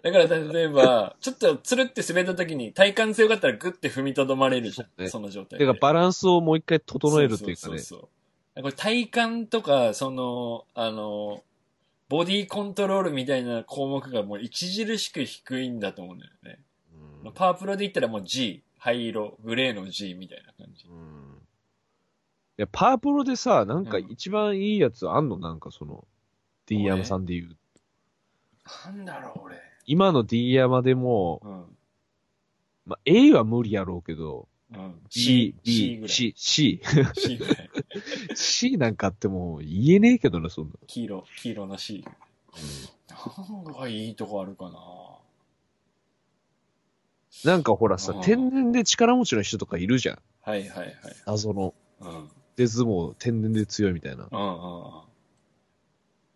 S3: だから例えば、ちょっとつるって滑った時に体幹強かったらグッて踏みとどまれるじゃん、
S2: そうね
S3: その状態
S2: て
S3: で。
S2: か、バランスをもう一回整えるというか
S3: そ
S2: ね。
S3: そそうそうこれ体感とか、その、あの、ボディコントロールみたいな項目がもう著しく低いんだと思うんだよね。
S2: うん
S3: パワープロで言ったらもう G、灰色、グレーの G みたいな感じ。
S2: うんいや、パープロでさ、なんか
S3: うん
S2: 一番いいやつあんのなんかその、D 山さんで言う。
S3: なんだろう、俺。
S2: 今の D 山でも、
S3: うん。
S2: まあ、A は無理やろうけど、
S3: うん。
S2: C
S3: C、、C
S2: B
S3: ぐ、ら
S2: C、
S3: い。
S2: C、
S3: C ぐらい。
S2: C なんかあってもう言えねえけどな、そんな。
S3: 黄色、黄色の C。なんかいいとこあるかな
S2: なんかほらさ
S3: うん、
S2: 天然で力持ちの人とかいるじゃん。
S3: はいはいはい。
S2: 謎の。
S3: うん。うん
S2: で、相撲、天然で強いみたいな。
S3: うんうん。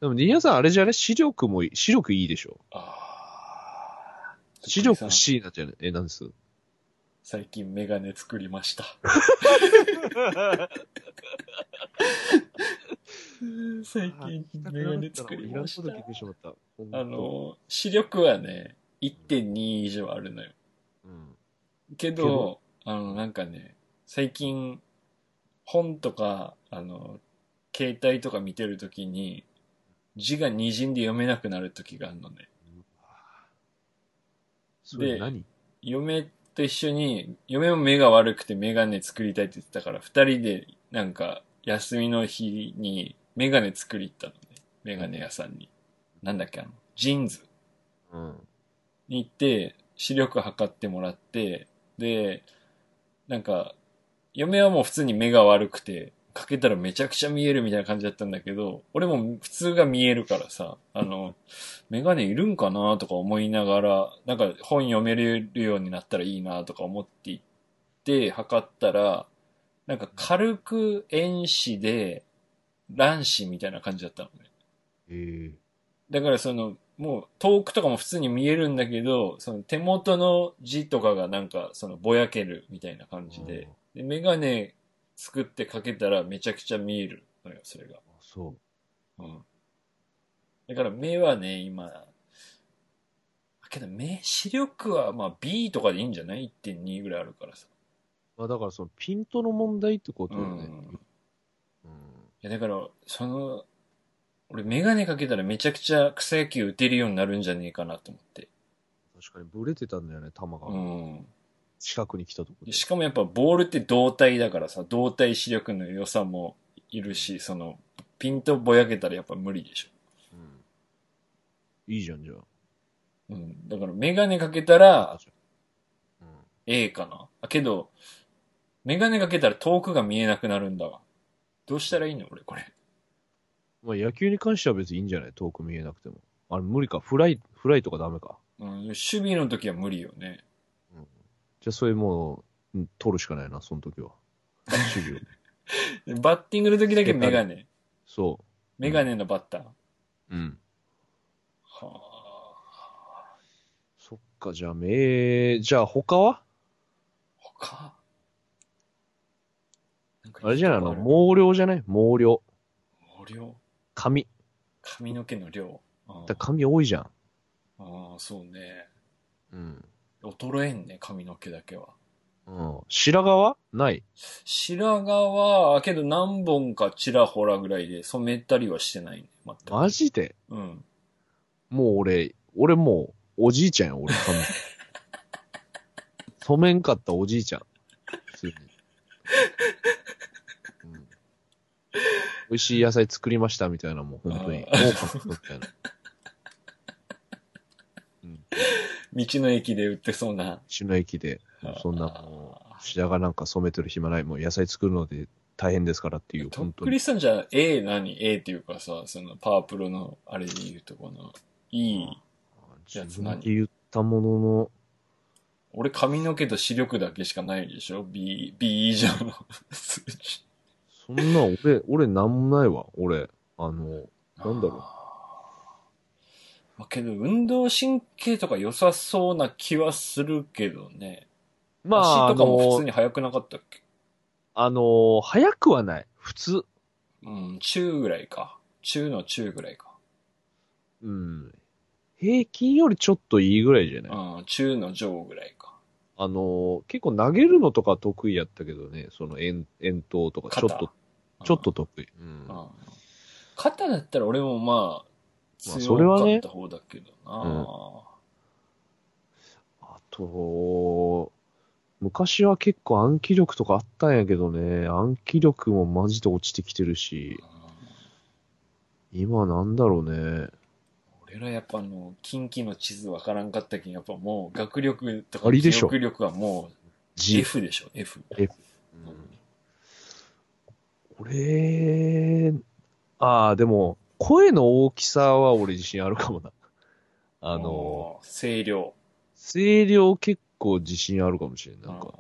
S2: でも、ニアさんあれじゃね視力もいい、視力いいでしょ
S3: あー
S2: 視力 C なんじゃねえ、なんです
S3: 最近メガネ作りました。最近メガネ作りまし
S2: いらんこと聞い
S3: た。
S2: てしまった。
S3: あ、の、視力はね、1.2以上あるのよ。
S2: うん。
S3: け
S2: け
S3: ど
S2: ど、
S3: あの、なんかね、最近、本とか、あの、携帯とか見てるときに、字が滲んで読めなくなるときがあるのね。
S2: それ何
S3: 嫁と一緒に、嫁も目が悪くてメガネ作りたいって言ってたから、二人でなんか休みの日にメガネ作り行ったのね。メガネ屋さんに。なんだっけ、あの、ジーンズ
S2: うん。
S3: に行って、視力測ってもらって、で、なんか、嫁はもう普通に目が悪くて、かけたらめちゃくちゃ見えるみたいな感じだったんだけど、俺も普通が見えるからさ、あの、メガネいるんかなとか思いながら、なんか本読めるようになったらいいなとか思って行って、測ったら、なんか軽く遠視で乱視みたいな感じだったのね。
S2: え
S3: だからその、もう遠くとかも普通に見えるんだけど、その手元の字とかがなんかそのぼやけるみたいな感じで、で、メガネ作ってかけたらめちゃくちゃ見えるのよ、それが。
S2: あそう。
S3: うん。だから目はね、今、けど目、視力はまあ B とかでいいんじゃない ?1.2 ぐらいあるからさ。
S2: まあだからそのピントの問題ってこと
S3: う
S2: よ
S3: ん。
S2: ね。
S3: い
S2: うん。
S3: や、だから、その、俺メガネかけたらめちゃくちゃ草野球打てるようになるんじゃねえかなと思って。
S2: 確かにブレてたんだよね、球
S3: う
S2: が。
S3: ん。
S2: 近くに来たとこ
S3: で
S2: で。
S3: しかもやっぱボールって動体だからさ、動体視力の良さもいるし、その、ピンとぼやけたらやっぱ無理でし
S2: うんいいじゃん、じゃあ。
S3: ょ。うん。だからメガネかけたら、
S2: うん、
S3: A かな。あ、けど、メガネかけたら遠くが見えなくなるんだわ。どうしたらいいの俺、これ。
S2: まあ野球に関しては別にいいんじゃない遠く見えなくても。あれ無理か。フライ、フライとかダメか。
S3: うん、守備の時は無理よね。
S2: じゃあそれもう、うん取るしかないな、その時 は。守備を。
S3: でバッティングの時だけメガネ。
S2: そ
S3: メガネのバッター。
S2: う。うん。
S3: はあ。
S2: そっか、じゃあ、めじゃあ他は
S3: 他なんか
S2: あれじゃないあの、
S3: も
S2: 毛量じゃない毛量。
S3: 毛量
S2: 髪。
S3: 髪の毛の量。あ
S2: だから髪多いじゃん。
S3: あー、そうね。
S2: うん。
S3: 衰えんね、髪の毛だけは。
S2: うん。白髪はない。
S3: 白髪は、けど何本かちらほらぐらいで染めたりはしてないね。全く
S2: マジで
S3: うん。
S2: もう俺、俺もう、おじいちゃんや、俺、髪。 染めんかったおじいちゃん。普通に。うん、美味しい野菜作りました、みたいな、もう、本当に。
S3: あ
S2: 農家みたいな。うん。
S3: 道の駅で売ってそうな。
S2: 道の駅で、そんなもう、白髪なんか染めてる暇ない。もう野菜作るので大変ですからっていう、
S3: とっ
S2: 本当
S3: く
S2: に
S3: り。さんじゃ、A 何 ?A っていうかさ、そのパワープロのあれで言うとこの、いい。
S2: 自分で言ったものの、
S3: 俺髪の毛と視力だけしかないでしょ ?B、B 以上の数値。
S2: そんな俺、俺なんもないわ、俺。あの、 なんだろう
S3: まあけど、運動神経とか良さそうな気はするけどね。
S2: まあ、あ
S3: 足とかも普
S2: の
S3: 通、に速くなかったっけ
S2: あの、早くはない。普通。
S3: うん、中ぐらいか。中の中ぐらいか。
S2: うん。平均よりちょっといいぐらいじゃない、
S3: うん、中の上ぐらいか。
S2: あの、結構投げるのとか得意やったけどね、その遠遠投とか、ちょ
S3: 肩。
S2: っと、
S3: うん
S2: ちょっと得意。うん
S3: うん肩だったら俺もまあ、強
S2: それは
S3: か
S2: ね
S3: った方だけどな。
S2: あと、昔は結構暗記力とかあったんやけどね、暗記力もマジで落ちてきてるし、今なんだろうね。
S3: 俺らやっぱあの、近畿の地図わからんかったけん、やっぱもう学力とか
S2: あり
S3: 記
S2: でしょ
S3: 憶力はもう
S2: G。
S3: F でしょ、F。
S2: 俺、ああ、でも、声の大きさは俺自信あるかもな。あの、
S3: うん、声量。
S2: 声量結構自信あるかもしれん。なんか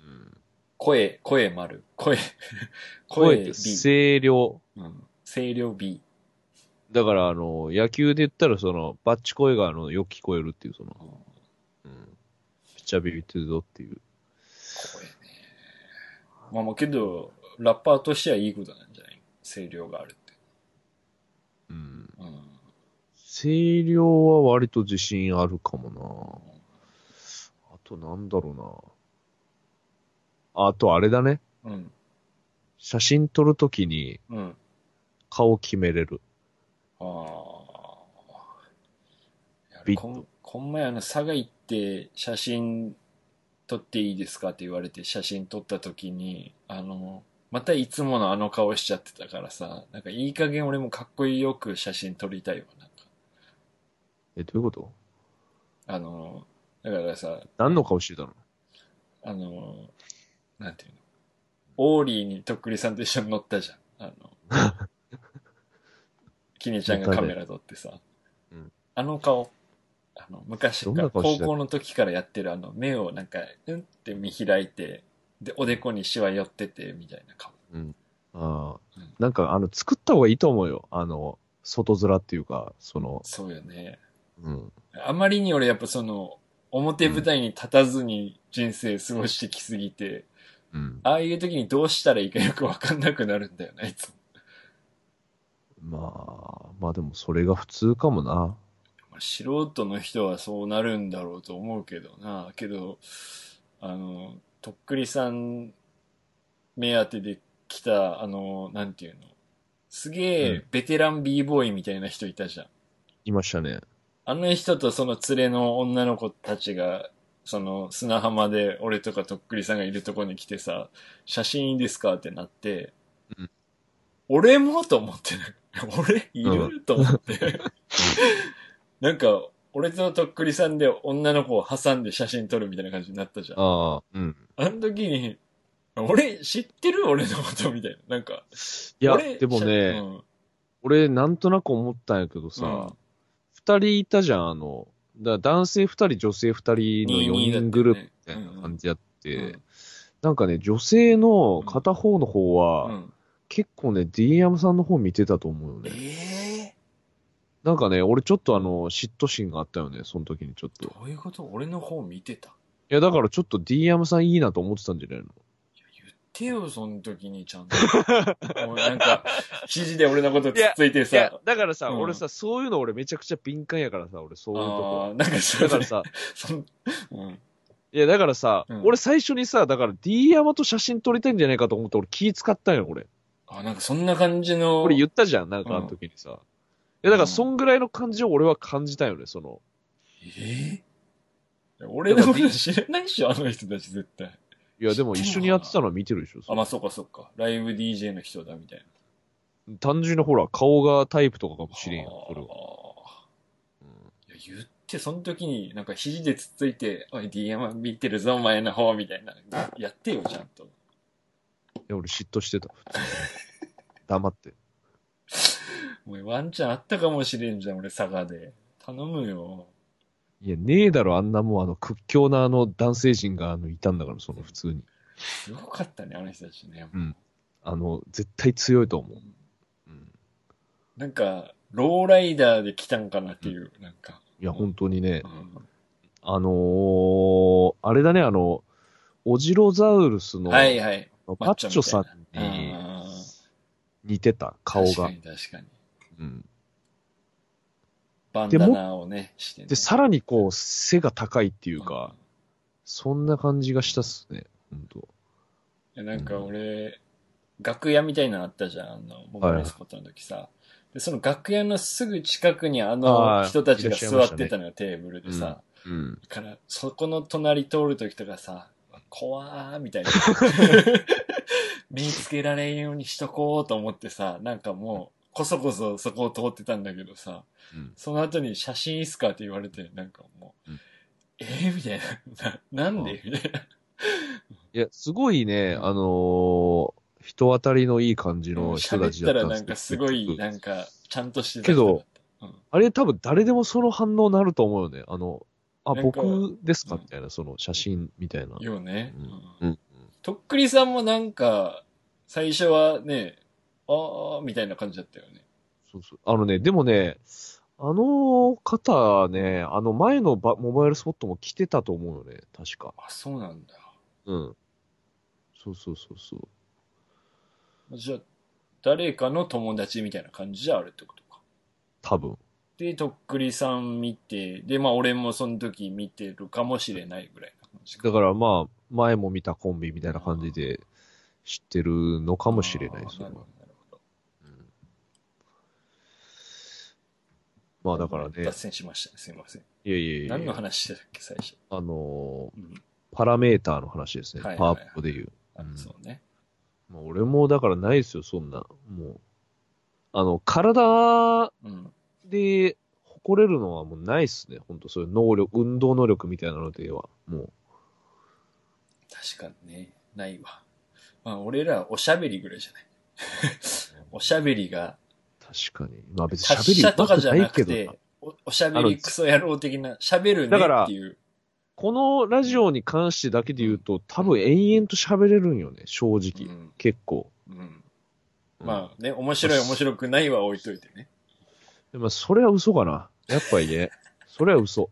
S3: う、ん
S2: うん
S3: 声、声丸。声、
S2: 声
S3: 声
S2: って
S3: B。
S2: 声量。
S3: うん声量 B。
S2: だから、あの、野球で言ったら、その、バッチ声が、あの、よく聞こえるっていう、その、
S3: うん
S2: うん。ピッチャービビってるぞっていう。
S3: 声ね。まあまあけど、ラッパーとしてはいいことなんじゃない声量があるって。
S2: うん。
S3: うん。
S2: 声量は割と自信あるかもな。あと、なんだろうな。あと、あれだね。
S3: うん。
S2: 写真撮るときに
S3: うん。
S2: 顔決めれる。
S3: ああ。
S2: ビッ
S3: こ
S2: ト
S3: ん、こん前あの、佐賀行って写真撮っていいですかって言われて写真撮った時に、あの、またいつものあの顔しちゃってたからさ、なんかいい加減俺もかっこよく写真撮りたいわ、なんか。
S2: え、どういうこと
S3: あの、だからさ、
S2: 何の顔してたの
S3: あの、なんていうの。オーリーにとっくりさんと一緒に乗ったじゃん。あの、 きねちゃんがカメラ撮ってさ
S2: うん。
S3: あの顔。あの、昔
S2: どん
S3: か、
S2: な
S3: 高
S2: 顔してた
S3: 校の時からやってるあの、目をなんか、うんって見開いて、で、おでこにしわ寄ってて、みたいな顔。
S2: ああ
S3: うん。
S2: なんか、あの、作った方がいいと思うよ。あの、外面っていうか、その、
S3: そうよね。
S2: うん。
S3: あまりに俺やっぱその、表舞台に立たずに人生過ごしてきすぎて、
S2: うん。
S3: ああいう時にどうしたらいいかよくわかんなくなるんだよね、いつも。
S2: まあ、まあでもそれが普通かもな。
S3: まあ素人の人はそうなるんだろうと思うけどな。けど、あの、とっくりさん目当てで来た、あの、なんていうの。すげ
S2: う
S3: え、ベテラン b ボーイみたいな人いたじゃん。
S2: いましたね。
S3: あの人とその連れの女の子たちが、その砂浜で俺とかとっくりさんがいるとこに来てさ、写真いいですかってなって、
S2: うん
S3: 俺もと思ってなんか、俺いる、と思って。 なんか、俺ととっくりさんで女の子を挟んで写真撮るみたいな感じになったじゃん。あ
S2: ああ、うん。
S3: の時に、俺知ってる俺のことみたいな。なんか、
S2: いや、
S3: 俺
S2: でも
S3: しゃ
S2: ね、
S3: うん
S2: 俺、なんとなく思ったんやけどさ、二、人いたじゃん、あの、だ男性二人、女性二人の四人グループみたいな感じやって、
S3: うん
S2: なんかね、女性の片方の方は、
S3: うん
S2: 結構ね、D 山さんの方見てたと思うよ
S3: え
S2: ね。
S3: え
S2: なんかね、俺ちょっとあの、嫉妬心があったよね、その時にちょっと。い
S3: どういうこと俺の方見て た
S2: や、だからちょっと D 山さんいいなと思ってたんじゃないの
S3: 手よ、その時にちゃんと。もうなんか、肘で俺のことつっついて
S2: いや
S3: さ、、
S2: だからさ、
S3: うん
S2: 俺さ、そういうの俺めちゃくちゃ敏感やからさ、俺そういうと
S3: あ
S2: こ。
S3: ーなんかそ
S2: だ
S3: れ
S2: か
S3: で
S2: ら さ、
S3: そんうん。
S2: いやだからさ、
S3: うん
S2: 俺最初にさ、だから D 山と写真撮りたいんじゃないかと思って俺気使ったんよ、俺。
S3: あ、なんかそんな感じの。
S2: 俺言ったじゃん、なんかあの時にさ。いやだからそんぐらいの感じを俺は感じたよね、その。
S3: えー俺のこと知らないっしょ、あの人たち絶対。
S2: いやでも一緒にやってたのは見てるでしょ、 そ
S3: あ、
S2: れ
S3: まあそうかそうか。ライブ DJ の人だみたいな。
S2: 単純なほら、顔がタイプとかかもしれんよ、それは。
S3: は。
S2: うん
S3: いや、言って、その時に、なんか肘でつっついて、おい、DM 見てるぞ、お前の方、みたいな。やってよ、ちゃんと。
S2: いや、俺嫉妬してた。普通に黙って。
S3: お前、ワンチャンあったかもしれんじゃん、俺、佐賀で。頼むよ。
S2: いや、ねえだろ、あんなもうあの屈強なあの男性陣があのいたんだから、その普通に。
S3: すごかったね、あの人たちね。
S2: うんあの、絶対強いと思う。うん、
S3: なんか、ローライダーで来たんかなっていう、なんか。
S2: いや、本当にね
S3: う、ん
S2: あのー、あれだね、あの、オジロザウルスの、
S3: はいはい。
S2: マッチョさんに
S3: あー
S2: 似てた、顔
S3: 確
S2: が
S3: か。に確かに。
S2: うん、
S3: バン
S2: で
S3: ダ
S2: も
S3: ナをね、してね。
S2: で、さらにこう、背が高いっていうか、そんな感じがしたっすね、本当
S3: うん。いやなんか俺、楽屋みたいなのあったじゃん、あの、モバレスコットの時さ。で、その楽屋のすぐ近くにあ
S2: あ
S3: の
S2: ー
S3: 人たちが
S2: いらっしゃいま
S3: 座
S2: した
S3: っ
S2: ね
S3: てたのよ、テーブルでさ。
S2: うん。
S3: だから、そこの隣通る時とかさ、怖ーみ たいな。見つけられんようにしとこうと思ってさ、なんかもう、こそこそそこを通ってたんだけどさ、
S2: うん。
S3: その後に写真いいっすかって言われて、なんかもう、
S2: うん
S3: えー、みたいな、ななんでみたいな。
S2: いや、すごいね、あのー人当たりのいい感じの人
S3: 喋
S2: た
S3: っ
S2: ちだ
S3: た
S2: った
S3: ら
S2: んで
S3: な
S2: す
S3: ん
S2: けど
S3: かすごい、
S2: 結局
S3: なんか、ちゃんとしてた
S2: けど
S3: 人だっ
S2: あれ多分誰でもその反応なると思うよね。あの、あ、
S3: なんか
S2: 僕ですか
S3: うん
S2: みたいな、その写真みたいな
S3: た、。よね、
S2: うん
S3: うん
S2: うん
S3: とっくりさんもなんか、最初はね、あー、みたいな感じだったよね。
S2: そうそう。あのね、でもね、あの方ね、あの前のバモバイルスポットも来てたと思うよね、確か。
S3: あ、そうなんだ。
S2: うん。そうそうそうそう。
S3: じゃあ、誰かの友達みたいな感じじゃあるってことか。
S2: 多分。
S3: で、とっくりさん見て、で、まあ俺もその時見てるかもしれないぐらいな感じか
S2: だからまあ、前も見たコンビみたいな感じで知ってるのかもしれない、
S3: あー
S2: それは
S3: るほどなるほど
S2: うんまあだからね
S3: 脱、線しましたね。すいません。
S2: いやいやいや
S3: 何の話してたっけ、最初。
S2: あのー
S3: うん
S2: パラメーターの話ですね、
S3: はい
S2: パ
S3: はいは
S2: ワ
S3: い
S2: ーアップでいう。
S3: あ
S2: うん
S3: そうね。
S2: まあ、俺もだからないですよ、そんな。もう。あの、体
S3: うん。
S2: で誇れるのはもうないっすね、本当そういう能力、運動能力みたいなのでは。もう。
S3: 確かにね。ないわ。まあ、俺らおしゃべりぐらいじゃない。おしゃべりが、
S2: 確かに。まあ別に
S3: 達
S2: 喋り
S3: 者とか
S2: 上
S3: じ
S2: 手
S3: ゃ
S2: くな
S3: ない
S2: け
S3: く
S2: ど
S3: て
S2: な、
S3: おおしゃべりクソ野郎的な、しゃべるね
S2: だから
S3: っていう。
S2: このラジオに関してだけで言うと、多分延々と喋れるんよね、正
S3: う
S2: 直。
S3: ん。
S2: 結構。
S3: うん。
S2: うん
S3: まあね、面白い面白くないは置いといてね。
S2: でもそれは嘘かな。やっぱりね。それは嘘。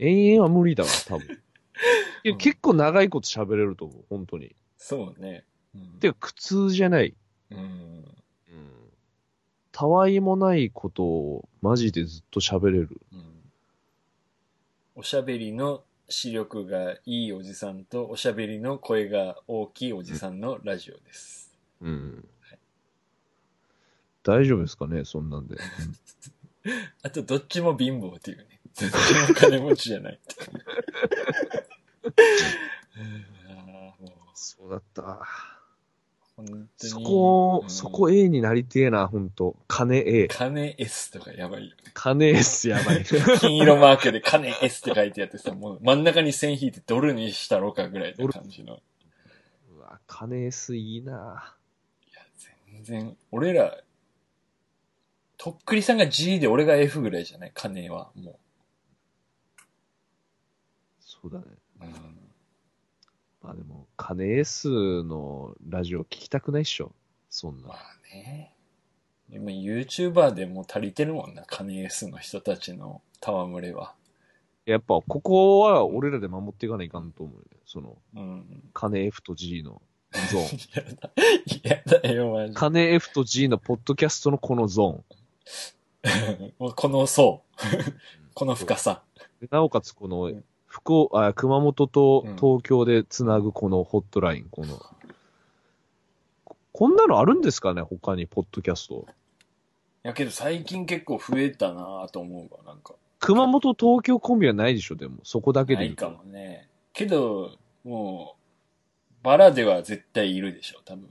S2: 延々は無理だわ、多 分。いや、
S3: うん
S2: 結構長いこと喋れると思う、本当に。
S3: そうね。うん
S2: てか、苦痛じゃない。
S3: うん。
S2: うん。たわいもないことを、マジでずっと喋れる。
S3: うんおしゃべりの視力がいいおじさんとおしゃべりの声が大きいおじさんのラジオです。
S2: うん。大丈夫ですかね、そんなんで。
S3: あと、どっちも貧乏っていう ね。どっちも金持ちじゃない。 あーもう
S2: そうだった。
S3: 本当に。
S2: そこ、
S3: うん
S2: そこ A になりてえな、本当金 A。
S3: 金 S とかやばいよ。
S2: 金 S やばい。
S3: 金色マークで金 S って書いてやってさ、もう真ん中に線引いてドルにしたろかぐらいの感じの。
S2: うわ、金 S いいな。
S3: 全然、俺ら、とっくりさんが G で俺が F ぐらいじゃない金は、も
S2: そうだね。
S3: う。うん
S2: まあでも、金 S のラジオ聞きたくないっしょ。そん
S3: ま
S2: な。
S3: あね。今 YouTuber でもう足りてるもんな、金 S の人たちの戯れは。
S2: やっぱ、ここは俺らで守っていかないかんと思うよ。その、
S3: うん。
S2: 金 F と G のゾーン。
S3: やだ、やだ よ、マジ
S2: 金 F と G のポッドキャストのこのゾ
S3: で。もうこの層、この深さ。
S2: ーン。でなおかつ、この
S3: ん、
S2: 福岡、あ熊本と
S3: うん
S2: 東京でつなぐこのホットライン、この。ここんなのあるんですかね他に、ポッドキャスト。
S3: いやけど最近結構増えたなぁと思うわ、なんか。
S2: 熊本、東京コンビはないでしょでも、そこだけで
S3: な
S2: 言
S3: いう
S2: と
S3: かもね。けど、もう、バラでは絶対いるでしょ、多分。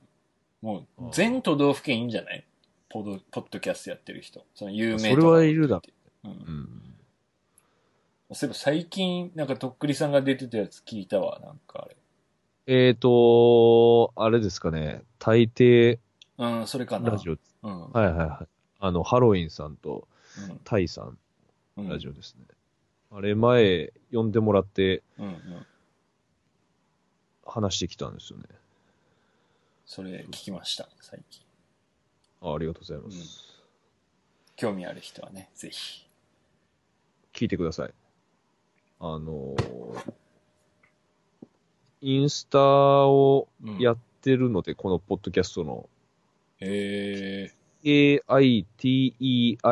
S3: もう、全都道府県いいんじゃないポドポッドキャストやってる人。その有名
S2: それはいるだろ
S3: う。
S2: うんん。
S3: そういえば最近、なんかとっくりさんが出てたやつ聞いたわ、なんかあれ。
S2: えっ、ー、と、あれですかね、大抵
S3: うん、それかな。
S2: ラジ
S3: オ。
S2: オ、
S3: うん。
S2: はいはいはい。あの、ハロウィンさんと
S3: うん
S2: タイさん、
S3: うん
S2: ラジオですね。あれ、前、呼んでもらって
S3: うんうん。
S2: 話してきたんですよね。
S3: それ聞きました、最近。
S2: あありがとうございます。
S3: 興味ある人はね、ぜひ。
S2: 聞いてください。あのーインスタを
S3: うん
S2: やってるので、このポッドキャストの
S3: え
S2: AITEI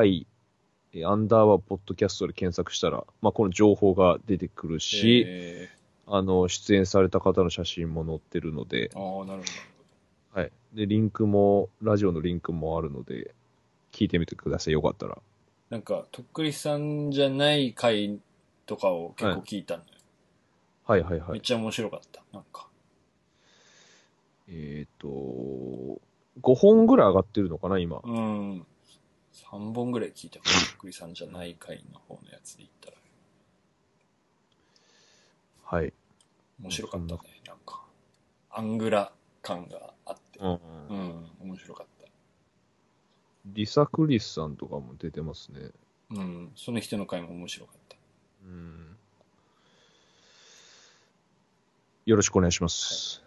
S2: えーアンダーはポッドキャストで検索したら、まあ、この情報が出てくる
S3: ー、
S2: し、
S3: え
S2: あの、出演された方の写真も載ってるので、
S3: ー、ああ、なるほど。
S2: はい。で、リンクも、ラジオのリンクもあるので、聞いてみてください。よかったら。
S3: なんか、とっくりさんじゃない回とかを結構聞いたのよ。
S2: はいはいは
S3: め
S2: い。
S3: っちゃ面白かった。なんか。
S2: えっ、と、5本ぐらい上がってるのかな、今。
S3: うん。3本ぐらい聞いたから、とっくりさんじゃない回の方のやつで言ったら。
S2: はい。
S3: 面白かったね、なんか。アングラ感があって。
S2: うん。
S3: うん、面白かった。
S2: リサクリスさんとかも出てますね。
S3: うん、その人の回も面白かった。
S2: うん。よろしくお願いします。